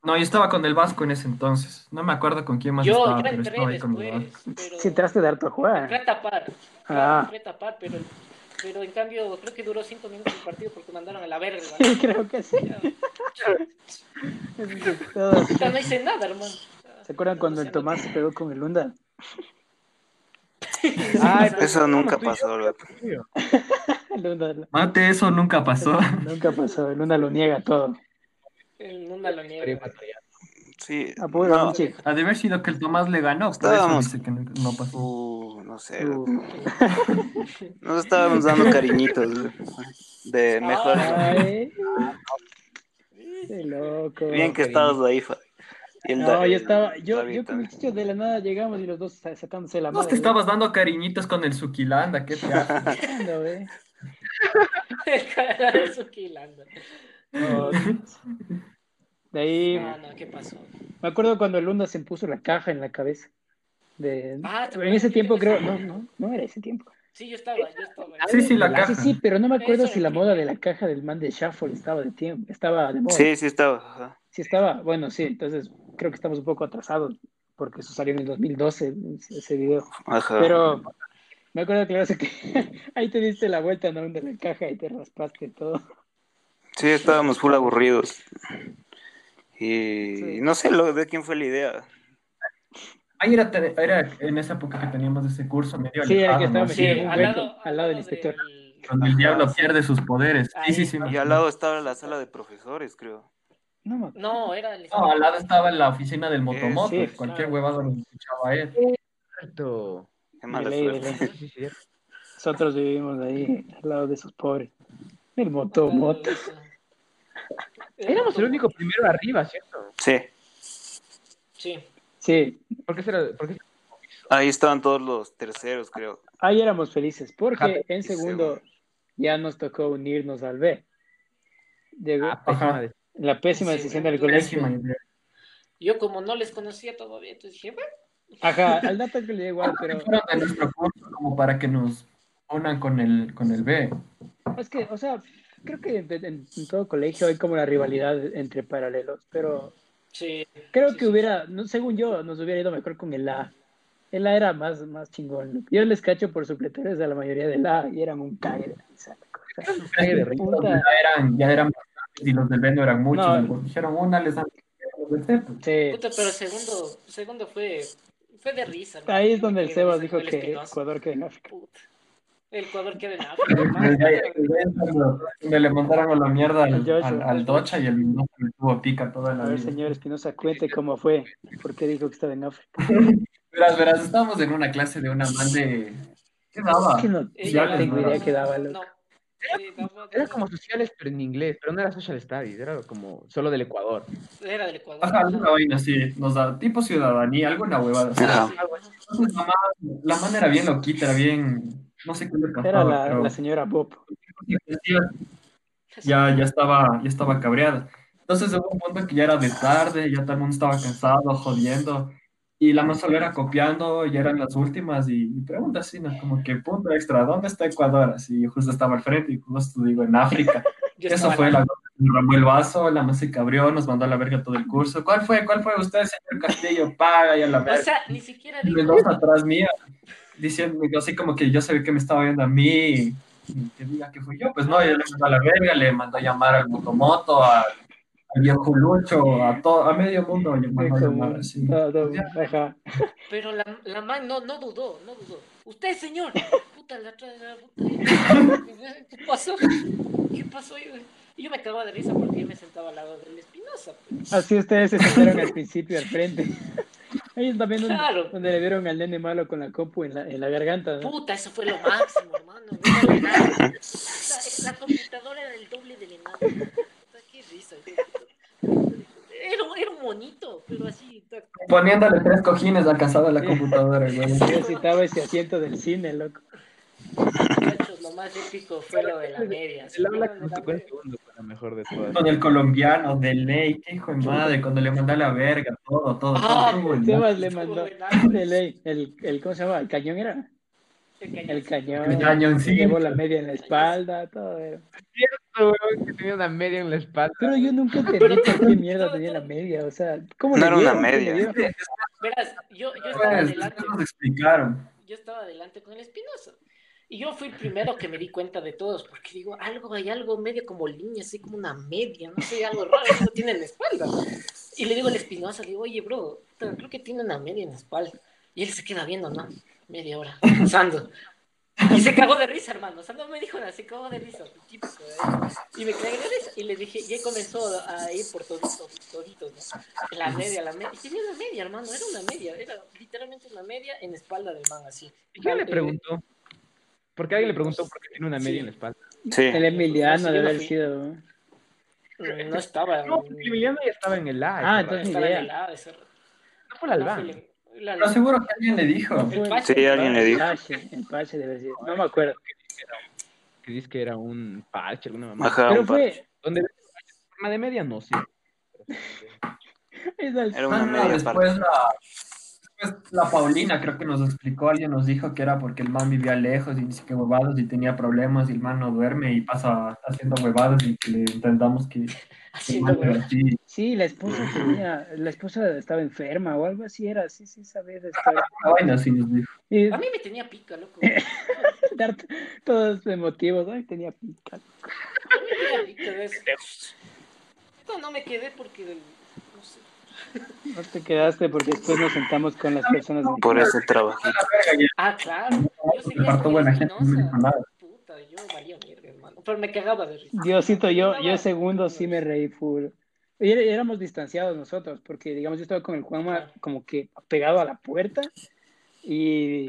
D: No, yo estaba con el Vasco en ese entonces. No me acuerdo con quién más
C: Yo,
D: estaba,
C: yo
D: pero
C: entré
D: estaba ahí con el Vasco.
C: después, pero...
A: Si entraste de harto a
C: Entré
A: jugar.
C: a tapar.
A: Ah.
C: Entré a tapar, pero... Pero en cambio, creo que duró cinco minutos el partido porque mandaron a la verga.
A: Creo que sí. Es de todos.
C: Ya no hice nada, hermano.
A: ¿Se acuerdan cuando el Tomás se pegó con el Lunda?
E: Ay, pero
B: Ah, Eso nunca pasó, loco.
A: El Lunda lo-
D: Mate, eso nunca pasó.
A: nunca pasó, el Lunda lo niega todo.
C: El mundo lo niega.
B: Sí.
A: A Ah, puro
B: no,
A: pinche.
D: Ha de haber sido que el Tomás le ganó. Por eso
B: Estábamos.
D: dice que nunca- no pasó.
B: Uh, no sé.
A: su-
B: loco. Nos estábamos dando cariñitos de
A: Ah,
B: mejor.
A: Ay, qué loco.
B: Bien que estabas ahí, Fabi. Y el
A: No,
B: David,
A: yo estaba, yo,
B: David
A: yo con el
B: también.
A: chicho de la nada llegamos y los dos sa- sacándose la
D: No
A: mano.
D: te estabas dando cariñitos con el Suquilanda, qué te hace?
A: ¿no? ¿eh?
C: El cara de Suki Landa.
A: No, De ahí
C: No, no, ¿qué pasó?
A: Me acuerdo cuando el Lunda se puso la caja en la cabeza. De...
C: Ah, ¿te
A: en ese
C: acuerdas?
A: tiempo creo, no, no, no era ese tiempo.
C: Sí, yo estaba, yo estaba.
D: Sí, sí, la
A: Sí,
D: caja.
A: Sí, sí, pero no me acuerdo
C: Eso
A: si la
C: es.
A: moda de la caja del man de Shuffle estaba de tiempo, estaba de moda.
B: Sí, sí estaba. ajá.
A: Sí estaba, bueno, sí, entonces creo que estamos un poco atrasados porque eso salió en el 2012 ese video.
B: Ajá.
A: Pero me acuerdo claro que ahí te diste la vuelta ¿no? de la caja y te raspaste todo.
B: Sí, estábamos full aburridos. Y
A: Sí.
B: no sé lo de quién fue la idea.
D: Ahí era, era en esa época que teníamos ese curso medio
A: Sí, era que
D: alejado, ¿no?
A: estábamos-
D: Sí,
A: Sí, un hueco, al lado del inspector.
D: Cuando el diablo pierde sus poderes. Sí, sí, sí. me
B: Y al
D: acuerdo.
B: lado estaba la sala de profesores, creo.
A: No, me acuerdo.
C: No, era el.
D: No, al lado estaba la oficina del motomoto.
A: Eh, sí,
D: cualquier huevado lo escuchaba él.
E: cierto.
B: Qué mala
A: ley, de
B: Ah, suerte.
A: ley. Nosotros vivimos ahí al lado de esos pobres. El moto, moto.
E: Éramos el único primero arriba, ¿cierto?
B: Sí,
C: Sí.
A: Sí,
E: ¿Por qué será? por qué-
B: ahí estaban todos los terceros, creo.
A: ahí éramos felices, porque en
B: sí,
A: segundo
B: güey.
A: ya nos tocó unirnos al B. Llegó
E: Ah, pésima de-
A: la pésima
C: Sí,
A: decisión
C: güey,
A: del colegio.
D: Pésima idea.
C: Yo, como no les conocía todavía, entonces dije, bueno,
A: Ajá, al dato que le llegó igual, pero
D: Fueron de nuestro curso como para que nos unan con el, con el B.
A: es que, o sea, creo que en, en- en todo colegio hay como la rivalidad entre paralelos, pero
C: sí.
A: creo
C: Sí,
A: que
C: sí,
A: hubiera, no, según yo, nos hubiera ido mejor con el A. El A era más, más chingón. Yo les cacho por supletorios a la mayoría del A y eran un cague de la risa, la cosa.
E: cague de risa.
D: Los
A: Puta.
D: Ya eran, ya eran bastantes y los del B no eran muchos.
A: No. Ah,
D: entonces Dijeron una, les dan los del C, pues.
A: Sí.
C: Puta, pero segundo, segundo fue, fue de risa. hermano.
A: Este, Ahí es donde el
C: Qué
A: Sebas
C: risa
A: dijo
C: con el
A: que
C: Espinosa,
A: Ecuador queda en África.
C: puta. El Ecuador queda en
D: El B-
C: África.
D: el B es cuando- cuando le mandaron a la mierda al,
A: Al Joshua.
D: al, al Docha y el Mendoza le tuvo pica toda
A: A
D: la
A: ver,
D: vida.
A: señor Espinosa, cuente cómo fue, por qué dijo que estaba en África.
D: Verás, verás, estábamos en una clase de una man de. ¿Qué daba?
A: Que no,
D: Ella
A: yo
D: la
A: no tengo
D: ignoraba.
A: idea que daba.
C: No.
A: loco.
C: Sí, daba-
E: Era como sociales, pero en inglés, pero no era social studies, era como solo del Ecuador.
C: Era del Ecuador.
D: Ajá, alguna vaina así, nos da tipo ciudadanía, alguna huevada. así.
B: Ajá.
D: Entonces, la man, la man era bien loquita, era bien. No sé qué le
A: Era
D: pasaba,
A: la,
D: pero.
A: la señora Bob.
D: ya, ya estaba, ya estaba cabreada. Entonces hubo un punto que ya era de tarde, ya todo el mundo estaba cansado, jodiendo, y la más solo era copiando, ya eran las últimas, y, y pregunta así, ¿no? Como que punto extra, ¿dónde está Ecuador? Así, justo estaba al frente, y justo digo, en África.
C: Yo
D: Eso
C: estaba
D: fue
C: la-
D: la gota que derramó el vaso, la más se cabreó, nos mandó a la verga todo el curso. ¿Cuál fue? ¿Cuál fue usted, señor Castillo? Paga y a la
C: O
D: verga.
C: sea, ni siquiera
D: Y
C: dijo.
D: Mendoza atrás mía, diciendo así como que yo sabía que me estaba viendo a mí, y que diga que fui yo, pues no, yo le mandó a la verga, le mandó a llamar al Motomoto, al, al viejo Lucho, a todo, a medio mundo le mandó a llamar así.
A: Ajá.
C: Pero la, la man no, no dudó, no dudó. Usted, señor. Puta, la otra. la puta. ¿Qué pasó? ¿Qué pasó? Yo, yo me cagaba de risa porque yo me sentaba al lado del Espinosa. pues.
A: Así ustedes se sentaron al principio al frente. Ellos también donde,
C: Claro.
A: donde le vieron al nene malo con la compu en la, en la garganta. ¿no?
C: Puta, eso fue lo máximo, hermano. no era nada. La, la computadora era el doble del enano. Puta, Qué risa. güey. Era, un- era un monito, pero así. ta-
D: Poniéndole tres cojines alcanzaba la computadora, güey.
A: Yo citaba ese asiento del cine, loco.
C: Muchachos, lo más épico fue lo de la media.
E: El habla
C: Lo
E: que
C: de
E: nos
C: la
E: tocó en
C: media.
E: segundo fue la mejor de todas.
D: Con el colombiano, de ley, qué hijo de madre, cuando le mandó a la verga, todo, todo,
C: Ah,
D: todo. güey.
A: Sebas le
C: Estuvo
A: mandó
C: buenazo.
A: de ley. El, el, ¿Cómo se llama? ¿El cañón era?
C: El cañón.
A: El cañón.
D: El cañón, sí.
A: Llevó la media en la espalda, todo era.
E: Cierto, weón, que tenía una media en la espalda.
A: Pero yo nunca entendí por qué mierda tenía la media, o sea, ¿cómo
B: No
A: le
B: era una
A: dieron?
B: media.
A: ¿Cómo le dieron?
C: Verás, yo, yo estaba
A: Ah,
D: Pues,
C: delante,
D: nos explicaron.
C: yo estaba delante con el Espinosa. Y yo fui el primero que me di cuenta de todos, porque digo, algo hay algo medio como línea, así como una media, no sé, algo raro, eso tiene en la espalda. Y le digo al Espinosa, le digo, oye, bro, creo que tiene una media en la espalda. Y él se queda viendo, ¿no? Media hora, pensando. Y se cagó de risa, hermano. O sea, no me dijo nada, se cagó de risa. Típico, ¿eh? Y me cagué de risa. Y le dije, y él comenzó a ir por toditos, toditos, ¿no? La media, la media. Y tenía una media, hermano, era una media. Era literalmente una media en la espalda del man, así.
E: ¿Y quién le
C: Eh,
E: preguntó? ¿Por qué alguien le preguntó por qué tiene una media
C: Sí.
E: en la espalda?
B: Sí.
A: El Emiliano
C: Sí, yo
A: debe
C: no
A: haber
C: fui.
A: sido. ¿no?
C: No estaba.
E: No, porque Emiliano ya estaba en el live.
A: Ah,
E: ¿verdad?
A: entonces-
C: estaba
A: idea.
C: en el lado, ese-
E: No fue la
C: no
E: Alba.
C: fue el- la-
D: Pero seguro que alguien le dijo.
A: Fue
C: el
A: el
C: Pache.
B: Sí, alguien le dijo.
A: Pache, el Pache debe haber sido. No me acuerdo.
E: Que dice que era un parche, alguna mamá.
B: Ajá,
A: Pero
B: un
A: fue.
E: ¿Dónde ves la forma de media? No sé.
A: es al-
B: Era
D: No,
B: una
D: Ah, no,
B: media parte.
D: después la, después la Paulina creo que nos explicó, alguien nos dijo que era porque el man vivía lejos y dice que huevados y tenía problemas y el man no duerme y pasa haciendo huevadas y que le entendamos que el
C: Haciendo
D: man
C: huevos.
D: era así.
A: Sí, la esposa tenía. La esposa estaba enferma o algo así era. Sí, sí, saber estar.
D: Una vaina así nos dijo.
A: Y
C: A mí me tenía pica, loco.
A: dar todos emotivos. Ay, tenía pica.
C: Yo me quedé adicto de eso. No, no me quedé porque. No sé.
A: No te quedaste porque después nos sentamos con las personas. de-
B: Por ese trabajito.
C: Ah, claro. Yo
D: Me
C: seguía
D: parto
C: con
D: buena gente, no me
C: Espinosa.
D: dijo nada.
C: Puta, yo valía mierda, hermano. Pero me cagaba de risa.
A: Diosito, yo, yo segundo sí me reí full. Y er- éramos distanciados nosotros, porque digamos, yo estaba con el Juanma como que pegado a la puerta y,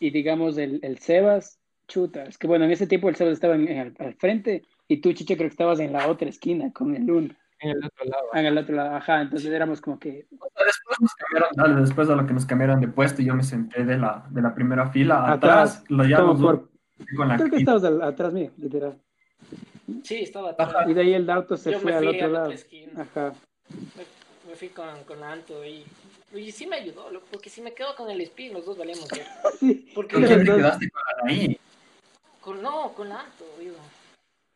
A: y digamos, el, el Sebas, chuta. Es que bueno, en ese tiempo el Sebas estaba en- en al, al frente y tú, Chiche, creo que estabas en la otra esquina con el Lun,
E: En el otro lado.
A: en el otro lado. Ajá, entonces éramos como que,
D: O sea, Después nos cambiaron, dale, después de lo que nos cambiaron de puesto, yo me senté de la, de la primera fila
A: Atrás,
D: atrás, lo ya
A: como
D: los dos
A: por-
D: con la
A: creo que estabas al- atrás mío, literal.
C: Sí, estaba
A: Y
C: atrás.
A: de ahí el Darto se
C: Yo
A: fue
C: me
A: al
C: fui a
A: otro
C: la
A: lado.
C: otra esquina.
A: Ajá.
C: Me, me fui con, con Anto y. Y sí me ayudó, loco, porque si me quedo con el Spin, los dos valíamos mierda.
A: Sí,
C: Porque
D: ¿Con quién te
A: Entonces-
D: quedaste con la Anaí?
C: con, no, con Anto, digo.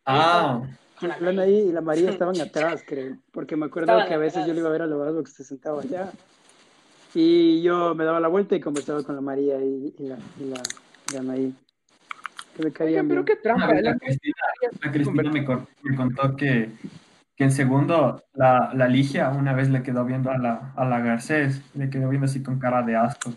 D: Ah,
C: Con la
A: Lana ahí y la María estaban atrás, creo, porque me acuerdo
C: Estaban
A: que a veces
C: atrás.
A: yo le iba a ver a Lobazgo que se sentaba allá y yo me daba la vuelta y conversaba con la María y, y la, y la, y la Anaí. Que me caían
E: Pero
A: bien.
E: qué
D: Una
E: trampa.
D: vez
E: la-
D: la Cristina, la Cristina me, cor- me contó que, que en segundo la, la Ligia una vez le quedó viendo a la, a la Garcés, le quedó viendo así con cara de asco.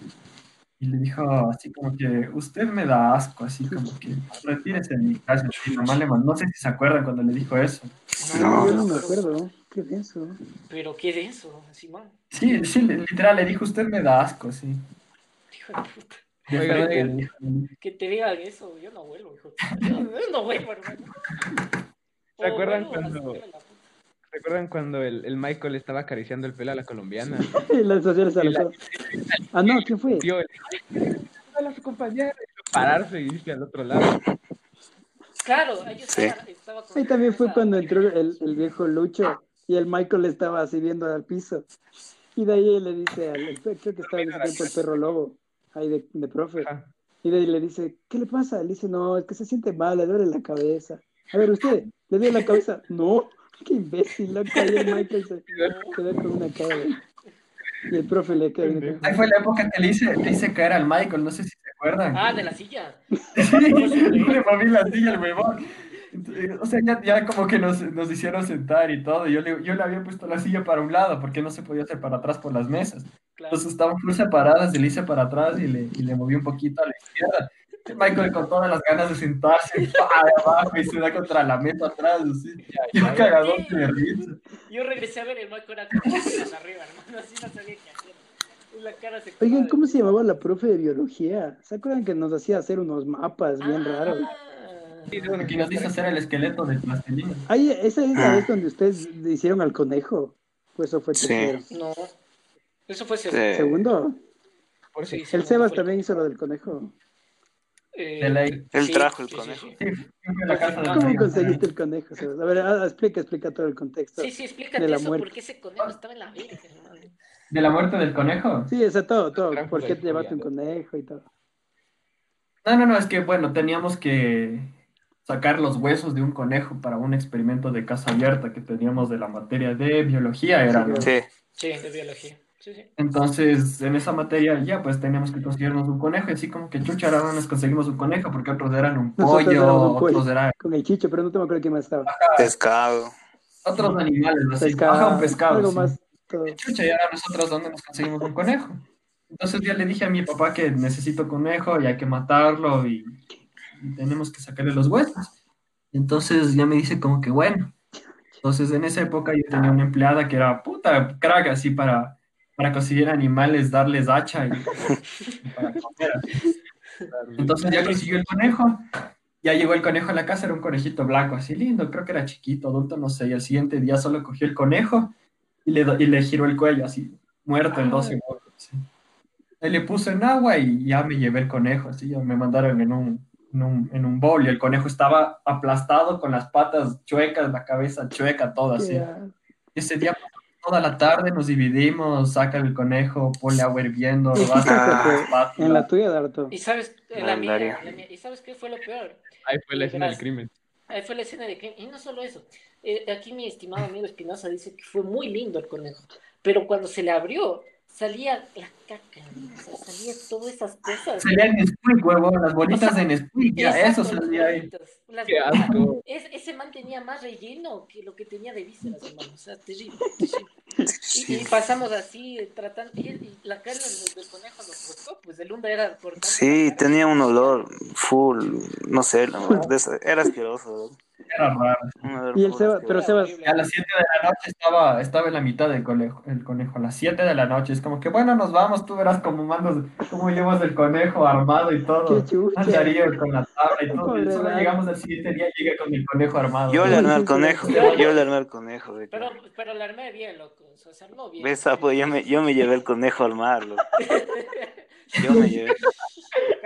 D: Y le dijo así como que, usted me da asco, así como que, retírese de mi casa. Y nomás le mandó, no sé si se acuerdan cuando le dijo eso.
A: No, yo no me acuerdo, qué pienso.
C: Pero qué denso, Simón.
D: Sí, sí, le- literal, le dijo, usted me da asco, sí.
C: Hijo
A: Ah.
C: de puta.
D: De
E: Oiga,
D: frente
E: oiga.
D: le dijo.
C: Que te digan eso, yo no vuelvo, hijo. Yo, yo no vuelvo, hermano.
E: ¿Se
C: O
E: acuerdan
C: vuelvo a
E: cuando-
C: hacerme la puta.
E: ¿Recuerdan cuando el, el Michael estaba acariciando el pelo a la colombiana?
A: Y las sociales a los dos. Ah, no, ¿quién fue?
E: Tío, el... "Ay, a su compañera", y Pararse y irse al otro lado.
C: Claro, ahí estaba, estaba con-
A: Ahí también fue cuando entró el, el viejo Lucho y el Michael estaba así viendo al piso. Y de ahí le dice, al, el pe- creo que estaba en ese tiempo el perro lobo, ahí de, de profe.
E: Ajá.
A: Y de ahí le dice, ¿qué le pasa? Le dice, no, es que se siente mal, le duele la cabeza. A ver, usted, ¿le duele la cabeza? No, qué imbécil, loco. Ahí el Michael se quedó con una cara de... Y el profe le queda viendo como,
D: Ahí fue la época que le hice, le hice caer al Michael, no sé si se acuerdan.
C: Ah, de la silla.
D: Sí, le moví la silla al huevón. Entonces, O sea, ya, ya como que nos, nos hicieron sentar y todo. Yo le, yo le había puesto la silla para un lado porque no se podía hacer para atrás por las mesas.
C: Claro.
B: Pues,
D: Entonces estaban full separadas, y le hice para atrás y le, y le moví un poquito a la izquierda. Y Michael con todas las ganas de sentarse, para abajo y se da contra la mesa atrás. Así. Y un cagadón de risa.
C: Yo regresé a ver el Michael era con las patas arriba, hermano. Así no sabía qué hacer. Y La cara se
A: Oigan, ¿cómo se llamaba la profe de biología? ¿Se acuerdan que nos hacía hacer unos mapas bien raros?
C: Ah,
D: Que nos hizo hacer el esqueleto de plastilina.
A: Ahí, esa es
E: Ah.
A: la vez donde ustedes le hicieron al conejo. Pues eso fue
B: Sí.
A: tercero.
C: No. Eso fue segundo.
E: Eh.
B: Sí.
A: Segundo,
E: Por
C: Sí,
E: si
A: el
C: segundo
A: Sebas
C: fue-
A: también hizo lo del conejo.
C: eh,
D: De ley.
B: Él
C: sí,
B: trajo el
C: sí, sí,
B: conejo.
C: sí.
D: Sí, fue en la casa de
A: ¿Cómo
D: María.
A: conseguiste el conejo, Sebas? A ver, ah, explica, explica todo el contexto.
C: Sí, sí, explícate
A: De la
C: eso,
A: muerte.
C: porque ese conejo estaba en la verga, hermano.
D: ¿De la muerte del conejo?
A: Sí, o sea, todo, todo.
E: Gran
A: ¿Por qué te
E: conejo,
A: llevaste
E: ya.
A: un conejo y todo?
D: No, no, no, es que bueno, teníamos que sacar los huesos de un conejo para un experimento de casa abierta que teníamos de la materia de biología, era, ¿no?
A: Sí,
B: Sí.
C: Sí, de biología. Sí, sí.
D: Entonces, en esa materia ya pues teníamos que conseguirnos un conejo, y así como que chucha, ahora no nos conseguimos un conejo porque otros eran un
A: Nosotros éramos
D: pollo,
A: un pollo.
D: otros eran
A: Con el chicho, pero no te me acuerdo quién más estaba.
B: Ah,
F: Pescado.
D: otros animales, así,
A: Pescado,
D: ajá, un pescado.
A: Algo
D: sí.
A: más. todo.
D: Chucha, y ahora nosotros dónde nos conseguimos un conejo. Entonces ya le dije a mi papá que necesito conejo y hay que matarlo y, y tenemos que sacarle los huesos. Entonces ya me dice como que bueno. Entonces en esa época yo tenía una empleada que era puta crack así para, para conseguir animales, darles hacha y, y para comer. así. Entonces ya consiguió el conejo. Ya llegó el conejo a la casa, era un conejito blanco, así lindo, creo que era chiquito, adulto, no sé. Y al siguiente día solo cogió el conejo y le, do- y le giró el cuello así, muerto en
A: Ah.
D: dos segundos. sí. Ahí le puso en agua y ya me llevé el conejo, así ya me mandaron en un, en un, en un bowl y el conejo estaba aplastado con las patas chuecas, la cabeza chueca, todo así.
A: Ya.
D: Ese día toda la tarde nos dividimos, saca el conejo, ponle agua hirviendo, vas
A: Ah,
D: las patas.
A: En la tuya, Darto.
C: Y sabes, eh, la mía,
F: Legendario.
C: la mía, y sabes qué fue lo peor.
E: Ahí fue la escena del crimen.
C: Ahí fue la escena de crimen. Y no solo eso. Eh, aquí mi estimado amigo Espinosa dice que fue muy lindo el conejo. Pero cuando se le abrió, salía la caca. ¿no? O sea, salía todas esas cosas.
D: Salían Nesquik, huevo, las bolitas de Nesquik, ya
C: Exacto,
D: eso salía
C: las
D: ahí.
C: bolitas, las
E: Qué
C: bolitas.
E: asco.
C: Es- ese man tenía más relleno que lo que tenía de vísceras, hermano. O sea, terrible. terrible. Y, y pasamos así, eh, tratando. Y, y la carne del, del conejo lo cortó, pues el hombre era cortando.
F: Sí,
C: la carne.
F: tenía un olor full, no sé, la verdad, de eso- era asqueroso.
D: Era raro.
F: un olor
A: Y el
F: full
A: Seba,
F: asqueroso.
A: pero Sebas,
C: horrible.
D: A las 7 de la noche estaba, estaba en la mitad del conejo, el conejo. A las 7 de la noche es como que, bueno, nos vamos, tú verás cómo mandas, cómo llevas el conejo armado y todo.
A: qué chucha.
D: Andarío con la tabla y todo. Y
A: Pobre
D: solo
A: Dani.
D: llegamos al siguiente día, llega con el conejo armado.
F: Yo le armé al conejo,
C: Ya.
F: yo le armé al conejo. de que-
C: Pero, pero la armé bien, loco. O sea, se armó bien.
F: Ve, sapo, yo me, yo me llevé el conejo al mar, loco. Yo me llevé.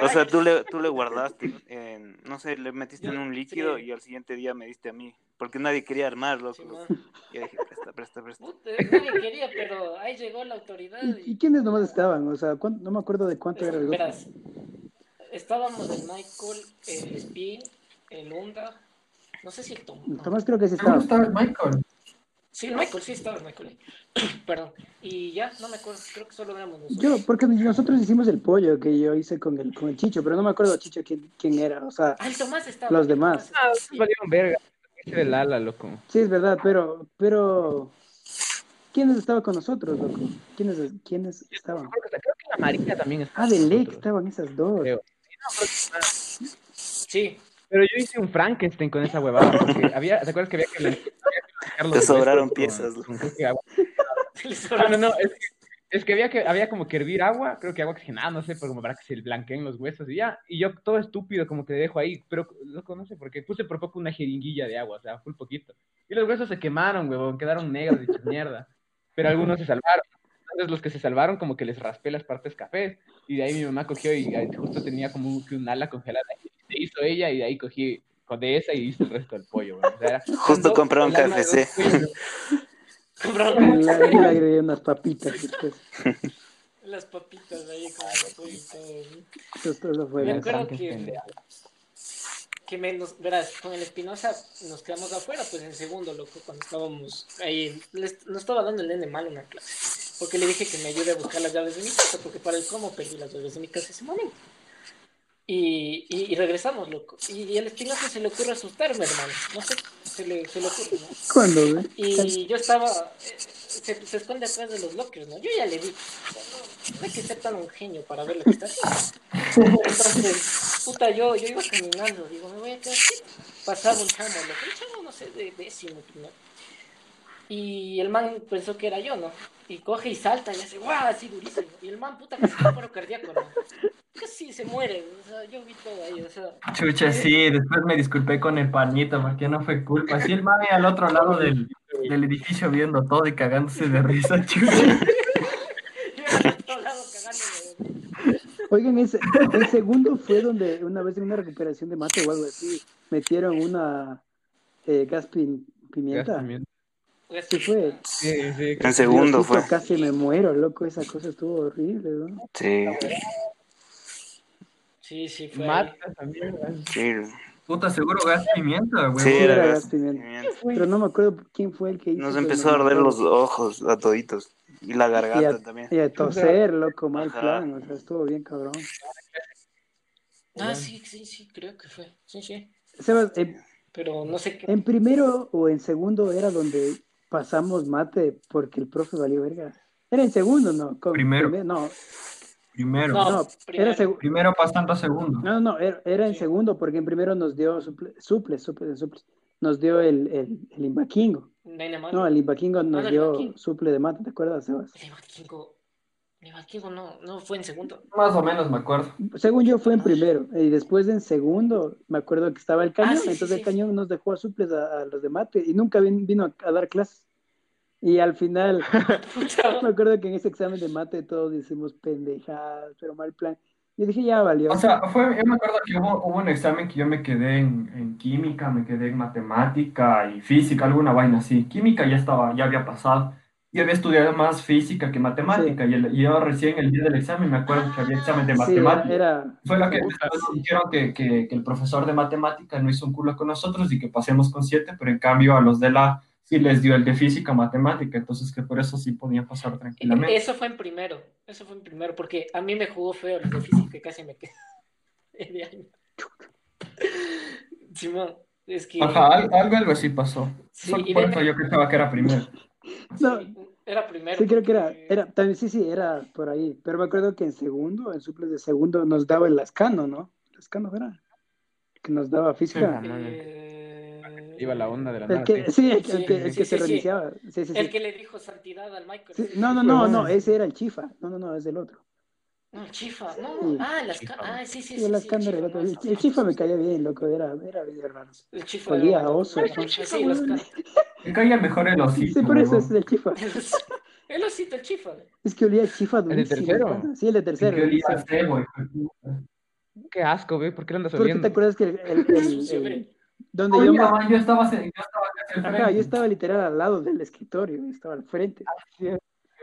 F: O sea, tú le, tú le guardaste, en- no sé, le metiste en un líquido
C: Sí.
F: y al siguiente día me diste a mí. Porque nadie quería armar, loco.
C: Simón.
F: Yo dije, presta, presta, presta.
C: Puta, nadie quería, pero ahí llegó la autoridad.
A: ¿Y, y
C: Y... Pues,
A: quiénes nomás estaban? O sea, ¿cuán- no me acuerdo de cuánto era el grupo.
C: Verás, estábamos el Michael, el Spin, el Hunda. No sé si el Tom. no.
A: Tomás creo que sí
D: ¿Cómo
A: estaba.
D: estaba el Michael?
C: Sí, el Michael, sí estaba el Michael. ahí. Perdón. Y ya, no me acuerdo. Creo que solo éramos nosotros.
A: Yo, porque nosotros hicimos el pollo que yo hice con el, con el Chicho, pero no me acuerdo Chicho quién, quién era. O sea,
C: Ah, el Tomás estaba.
A: Los
C: el
A: demás.
C: Tomás estaba, sí.
E: Valieron verga. Ese del ala, loco.
A: sí es verdad, pero, pero ¿quiénes estaban con nosotros, loco? ¿Quiénes, quiénes estaban?
E: Creo que, creo que la María también está.
A: Ah, de
E: con
A: Lake
E: nosotros.
A: estaban esas dos.
E: Creo.
C: Sí,
E: Pero yo hice un Frankenstein con esa huevada. Porque había, ¿Te acuerdas que había que había que blanquear los
F: Te sobraron
E: huesos con-
F: piezas, loco.
E: con creo que agua?
C: les
E: Ah,
C: sobraron.
E: no, no, es que, es que había que había como que hervir agua, creo que agua oxigenada, no sé, pero como para que se blanqueen los huesos y ya. Y yo todo estúpido como que dejo ahí, pero loco, no sé por qué. Puse por poco una jeringuilla de agua, o sea, full poquito. Y los huesos se quemaron, huevón, quedaron negros y mierda. Pero algunos se salvaron. Entonces los que se salvaron como que les raspé las partes cafés y de ahí mi mamá cogió y eh, justo tenía como un- que un ala congelada y se hizo ella y de ahí cogí con de esa y hice el resto del pollo, huevón. O sea, era-
F: Justo compraron
E: el alma de dos
F: KFC.
E: pollos,
C: Compraron
A: Y la- y le agregué unas papitas después.
C: las papitas ahí con el pollo y todo. ¿no?
A: Entonces, todo eso fue
C: Me
E: huevón.
A: grasa.
C: acuerdo
E: Frankenstein
C: que-
E: de
C: que menos, verás, con el Espinosa nos quedamos afuera, pues en segundo, loco, cuando estábamos ahí, les- nos estaba dando el nene mal una clase, porque le dije que me ayude a buscar las llaves de mi casa, porque para el cómo perdí las llaves de mi casa ese momento. Y, y, y regresamos, loco. Y, y al Espinosa se le ocurre asustarme, hermano. No sé, se le, se le ocurre, ¿no?
A: ¿Cuándo, güey?
C: Y yo estaba. eh, Se, se esconde atrás de los lockers, ¿no? Yo ya le vi. o sea, No, no hay que ser tan un genio para ver lo que está haciendo. Entonces, puta, yo, yo iba caminando. Digo, me voy a quedar aquí. Pasaba un chamo, loco. Un chamo, no sé, de décimo primero. Y el man pensó que era yo, ¿no? Y coge y salta y hace, guau, así durísimo. Y el man, puta, que se paro cardíaco, ¿no? Casi se muere. O sea, yo vi todo ahí, o sea.
D: Chucha, sí, después me disculpé con el panito porque no fue culpa. Sí, el mami al otro lado del, del edificio viendo todo y cagándose de risa, chucha.
C: Yo iba a todo lado cagándome.
A: Oigan, ese, el segundo fue donde una vez en una recuperación de mate o algo así, metieron una eh, gas pin-
E: gas
A: pimienta.
E: también.
C: Pues,
A: Sí fue.
E: Sí, sí,
F: En segundo
A: Loquito,
F: fue.
A: Casi me muero, loco, esa cosa estuvo horrible, ¿no?
F: Sí,
C: Sí, sí, fue. ahí.
E: Marta también.
F: sí.
D: Puta, seguro gas pimienta, güey.
F: Sí,
A: Sí,
F: era
A: era
F: gas
A: gas pimienta.
F: pimienta.
A: Pero no me acuerdo quién fue el que hizo.
F: Nos
A: que
F: empezó a
A: nos
F: arder
A: mató.
F: los ojos a toditos. Y la
A: Y
F: garganta
A: a,
F: también.
A: y a toser, loco, mal
F: Ajá.
A: plan. O sea, estuvo bien cabrón.
C: Ah, sí, sí, sí, creo que fue. Sí, sí.
A: Sebas, en,
C: Pero no sé qué.
A: en primero o en segundo era donde pasamos mate porque el profe valió verga. Era en segundo, ¿no? Con-
D: Primero.
A: no,
D: Primero.
C: No.
A: no,
C: primero.
A: era segu-
D: Primero pasando a segundo.
A: No, no, era, era en segundo porque en primero nos dio suple, suple, suple, suple. Nos dio el, el, el Imbaquingo.
C: Dynamite.
A: No, el Imbaquingo nos
C: Ah, el
A: dio
C: Imbaquingo.
A: suple de mate, ¿te acuerdas, Sebas?
C: Dynamite Kingo. Dynamite Kingo no, no fue en segundo.
D: Más o menos me acuerdo.
A: Según yo fue en primero y después en segundo me acuerdo que estaba el cañón,
C: Ah, sí, sí,
A: entonces
C: sí.
A: el cañón nos dejó a suples a, a los de mate y nunca vin- vino a, a dar clases. Y al final
C: Puta.
A: me acuerdo que en ese examen de mate todos hicimos pendejadas, pero mal plan. Yo dije, ya valió.
D: O sea, fue, yo me acuerdo que hubo, hubo un examen que yo me quedé en, en química, me quedé en matemática y física, alguna vaina así. Química ya estaba, ya había pasado. Y había estudiado más física que matemática. Y, el- y yo recién el día del examen me acuerdo que había examen de
A: Ah, sí, era,
D: matemática.
A: era-
D: Fue lo que mis alumnos dijeron que, que, que el profesor de matemática no hizo un culo con nosotros y que pasemos con siete, pero en cambio a los de la sí les dio el de física, matemática, entonces que por eso sí podían pasar tranquilamente.
C: Eso fue en primero. Eso fue en primero porque a mí me jugó feo el de física y casi me quedé de año. Simón, es que.
D: Ajá, al- algo, algo así pasó.
C: Sí,
D: Solo
C: y
D: por
C: de-
D: eso yo pensaba que era primero.
A: No,
C: sí, era primero.
A: sí creo que era,
C: porque-
A: era también, sí, sí, era por ahí, pero me acuerdo que en segundo, en suples de segundo nos daba el lascano, ¿no? Lascano era que nos daba física.
C: Eh,
E: Iba la onda de la
A: El
E: nada.
A: que,
E: sí.
A: sí, el, que-
C: Sí,
A: el que, el
C: sí,
A: que
C: sí,
A: se
C: sí.
A: reiniciaba. Sí, sí, sí.
C: El que le dijo santidad al Michael.
A: Sí, No, no, no, no, ese era el chifa. No, no, no, es el otro.
C: No, chifa.
A: Sí.
C: No, ah, las ca- ah, sí, sí,
A: Sí,
C: sí.
A: el
C: sí,
A: Ascándalo, el otro. El, el chifa me caía bien, loco, era, era bien raro.
C: El chifa.
A: Olía
C: era-
A: a oso.
C: Sí,
A: ¿no?
C: sí, las ca-
D: Me caía mejor el
A: Sí,
D: osito,
A: por eso
D: huevón.
A: es el chifa.
C: el el osito, el chifa.
A: Es que olía a chifa
E: de
A: durísimo.
E: tercero?
A: pana. Sí, el de
D: Que
A: tercero.
D: olía a
A: sí.
D: cebo, hijo de puta.
E: Qué asco, güey. ¿Por qué le andas
A: Porque te
E: oliendo?
A: acuerdas que el, el- el-
C: Sí,
A: el-
C: güey.
A: donde
D: Oye,
A: yo,
D: mamá, yo estaba, yo estaba casi al
A: ajá,
D: frente.
A: yo estaba literal al lado del escritorio, estaba al frente.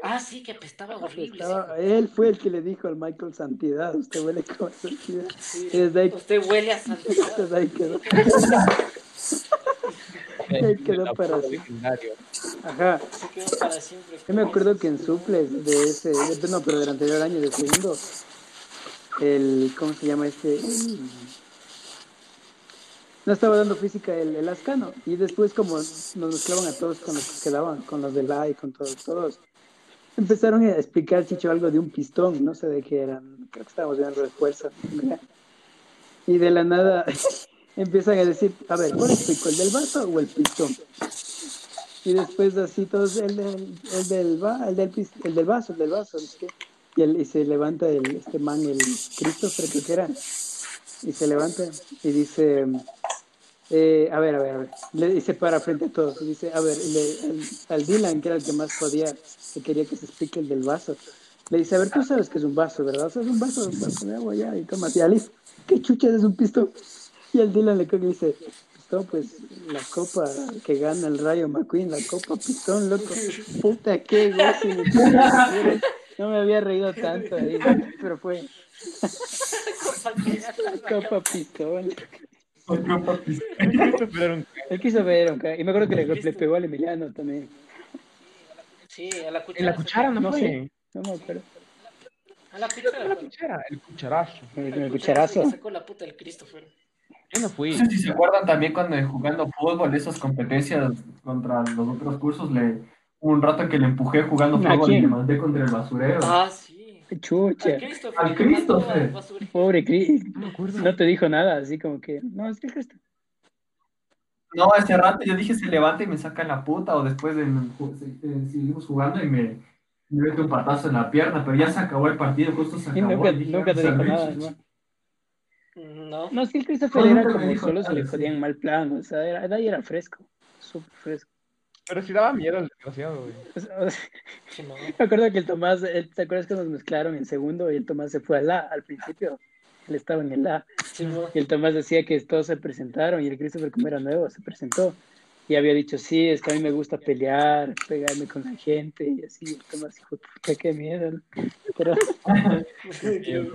C: Ah, sí, que apestaba horrible.
A: Estaba- él fue el que le dijo al Michael Santidad, usted huele como a santidad.
C: sí.
A: Y desde ahí,
C: Usted huele a santidad.
A: desde ahí quedó.
E: Eh,
A: quedó
E: la-
A: para-
E: legendario.
A: Ajá.
C: Se quedó para siempre.
A: Yo me acuerdo que en suples de ese, de- no, pero del anterior año, de segundo, el, ¿cómo se llama este? El- no estaba dando física el, el ascano, y después como nos mezclaban a todos con los que quedaban, con los de la y con todos, todos, empezaron a explicar, Chicho, algo de un pistón, no sé de qué eran, creo que estábamos viendo algo de fuerza, ¿verdad? y de la nada empiezan a decir, a ver, ¿cuál explicó, el del vaso o el pistón? Y después así todos, el del, el del, va- el del, pis- el del vaso, el del vaso. no sé qué. Y, el- y se levanta el, este man, el Christopher, creo que era. Y se levanta y dice, eh, a ver, a ver, a ver. Le dice para frente a todos. y dice, a ver, y le- el- al Dylan, que era el que más podía, que quería que se explique el del vaso. Le dice, a ver, tú sabes que es un vaso, ¿verdad? O sea, es un vaso, un vaso de agua ya, y tomas, ya listo. ¿Qué chucha es un pistón? Y el Dylan le coge y dice, pistón, pues la copa que gana el Rayo McQueen, la copa pistón, loco. Puta, qué gozo. mi chucha. No me había reído tanto ahí, pero fue la copa pistón. Él quiso ver, aunque- y me acuerdo que le, le pegó al Emiliano también.
C: Sí, a la cuchara.
E: En la cuchara, no,
A: No
E: fue?
A: sé. No me acuerdo.
C: A la cuchara.
E: La cuchara, el cucharazo.
A: Con
C: Al
A: el
C: cucharazo
A: cucharazo.
C: le sacó la puta del Christopher.
E: Yo no fui.
D: No sé si se acuerdan también cuando jugando fútbol, esas competencias contra los otros cursos, le hubo un rato que le empujé jugando
A: ¿A
D: fútbol y
A: quién?
D: le mandé contra el basurero.
C: Ah, sí.
A: Chucha.
C: Al Christopher.
D: Al
C: le mandó
D: Christopher.
C: al basurero.
A: Pobre Cris.
E: No me acuerdo.
A: No te dijo nada, así como que. No, es que es esto.
D: No, ese rato yo dije se levanta y me saca la puta, o después de, eh, seguimos jugando y me, me mete un patazo en la pierna, pero ya se acabó el partido, justo se
A: Y
D: acabó.
A: nunca,
D: y dije,
A: nunca te
D: "Ah,
A: dijo
D: se
A: nada,
D: arrecha".
A: ¿no?
C: No.
A: No, es que el
D: No,
A: Christopher
D: nunca
A: era
D: me
A: como
D: dijo
A: solo se
D: nada,
A: le jodían mal plano. O sea, era, era, era fresco. Súper fresco.
E: Pero sí daba miedo el desgraciado, güey.
A: O sea, o sea,
C: Sí, no.
A: me acuerdo que el Tomás. el- ¿Te acuerdas que nos mezclaron en segundo y el Tomás se fue al A al principio? Él estaba en el A.
C: Sí, no.
A: Y el Tomás decía que todos se presentaron y el Christopher, como era nuevo, se presentó. Y había dicho, sí, es que a mí me gusta pelear, pegarme con la gente y así. El Tomás dijo, puta, qué miedo. Pero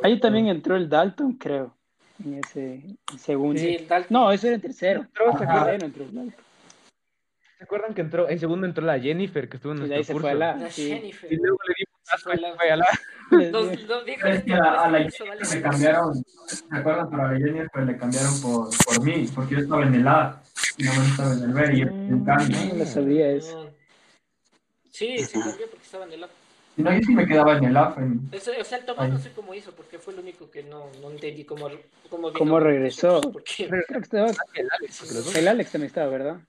A: ahí también entró el Dalton, creo. en ese segundo.
C: Sí, el Dalton.
A: No, eso era en tercero.
E: Entró,
A: En
E: se,
A: tercero
E: acuerdan,
A: entró Blanco.
E: ¿se acuerdan que entró, en segundo entró la Jennifer, que estuvo en
A: Y de
E: nuestro
A: ahí se
E: curso?
A: fue a la.
C: La
A: Sí.
C: Jennifer.
E: Y luego le dimos
C: Se fue la-
E: a la...
C: Los, los, dijo,
D: Es que a- a la
C: eso vale
D: le
C: más.
D: cambiaron, ¿se acuerdan? Para la Jennifer le cambiaron por, por mí, porque yo estaba en el A y no estaba en el B y yo en cambio.
A: Mm, No lo sabía eso.
C: Sí, se cambió porque estaba en el lado.
D: Si no, yo sí me quedaba en el A. pues. en-
C: O sea, o sea, el Tomás
D: Ahí.
C: no sé cómo hizo, porque fue el único que no, no entendí cómo, cómo, vino
A: Cómo
C: con
A: regresó.
C: nosotros, Porque
A: Creo que estaba. El Alex también estaba, ¿verdad?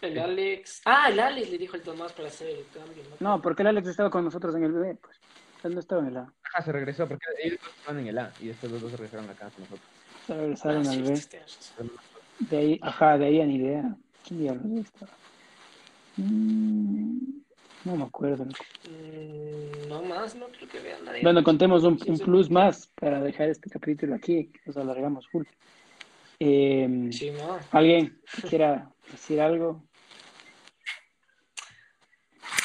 C: el Alex. Ah, el Alex le dijo el Tomás para hacer el cambio. ¿no?
A: No, porque el Alex estaba con nosotros en el bebé, pues. Él no estaba en el A.
E: Ajá, se regresó, porque ellos dos estaban en el A, y estos dos, dos se regresaron acá con nosotros.
A: Se regresaron
C: Ah, sí,
A: al B.
C: tienes razón.
A: De ahí, ajá, de ahí a ni idea. ¿Quién diablos estaba? Mm, No me acuerdo.
C: Mm, No más, no creo que vea nadie.
A: Bueno, contemos un,
C: Sí,
A: un
C: sí.
A: plus más para dejar este capítulo aquí, que nos alargamos full. Eh,
C: Sí, no.
A: ¿Alguien que quiera decir algo?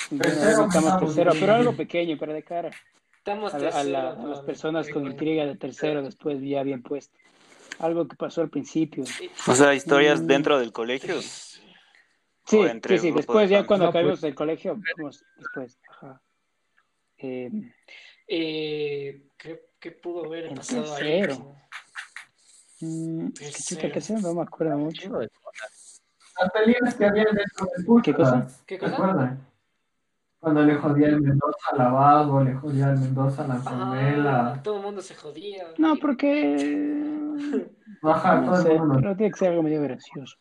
A: Bueno,
D: Tercero,
A: estamos
D: pasamos,
A: tercero,
D: sí.
A: pero algo pequeño, para de cara
C: Estamos
A: a, la- a la-
C: tercero,
A: a las
C: no,
A: personas
C: no,
A: con
C: no.
A: intriga de tercero, después ya bien puesto. Algo que pasó al principio.
F: O sea, historias
A: Mm.
F: dentro del colegio.
A: Sí,
F: entre
A: sí, sí,
F: grupo
A: después
F: de
A: ya
F: fans.
A: cuando
E: No, pues.
A: acabemos el colegio, vamos después. Ajá. Eh,
C: Eh, ¿qué, qué pudo haber
A: El
C: pasado ahí?
A: tercero. mm, es que chuta, el
C: Tercero.
A: tercero no me acuerdo mucho.
E: Chido,
D: Las peleas que había dentro del curso.
A: ¿Qué cosa?
C: ¿Qué
D: ¿Se
C: cosa?
D: acuerdan? Cuando le jodía el Mendoza a la Vago, le jodía el Mendoza a la
C: Ah,
D: Pamela.
C: todo el mundo se jodía.
A: No,
C: Y-
A: porque.
D: Baja
A: No
D: todo
A: sé,
D: el mundo.
A: pero tiene que ser algo medio gracioso.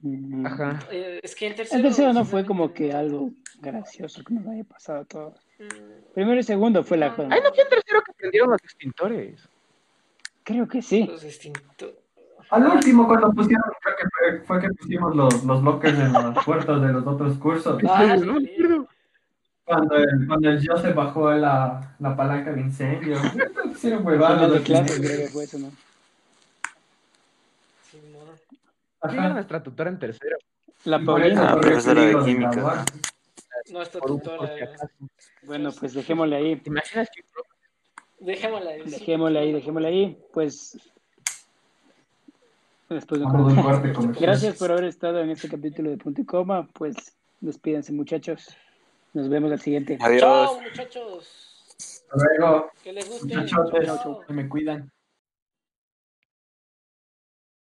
A: Mm.
E: Ajá.
C: Eh, es que el tercero,
A: El tercero no fue
C: sinceramente,
A: como que
C: no.
A: algo gracioso que nos haya pasado a todos.
C: Mm,
A: Primero y segundo fue la joda.
E: Ay, no, fue el tercero que prendieron los extintores.
A: Creo que sí.
C: Los distintos.
D: Al último, cuando pusieron, fue que, fue que pusimos los, los lockers en las puertas de los otros
C: Ah,
D: cursos.
E: no me acuerdo.
D: Cuando el, cuando el Joseph bajó la, la palanca de incendio. Pusieron
A: Final
D: huevadas.
A: de clase, creo que fue eso, ¿no?
C: sí, no.
E: ¿Quién era
D: Ajá.
E: nuestra tutora en tercero?
A: La
D: Por eso
A: Paulina.
F: Ah,
D: corrió
F: profesora de
D: peligro la
F: química,
D: Vago.
C: Nuestra
E: Por un por
C: tutora.
E: si
C: era-
E: acaso.
A: Bueno, pues dejémosle ahí.
E: ¿Te imaginas que
C: Dejémosla ahí.
A: Dejémosle ahí, dejémosle ahí. Pues. Después de un
D: Vamos a un
A: corte.
D: corte comercial.
A: Gracias por haber estado en este capítulo de Punto y Coma. Pues despídense, muchachos. Nos vemos al siguiente.
F: Adiós.
C: Chao, muchachos.
D: Hasta Luego,
C: Que les guste.
D: muchachos,
A: Chao.
D: se me cuidan.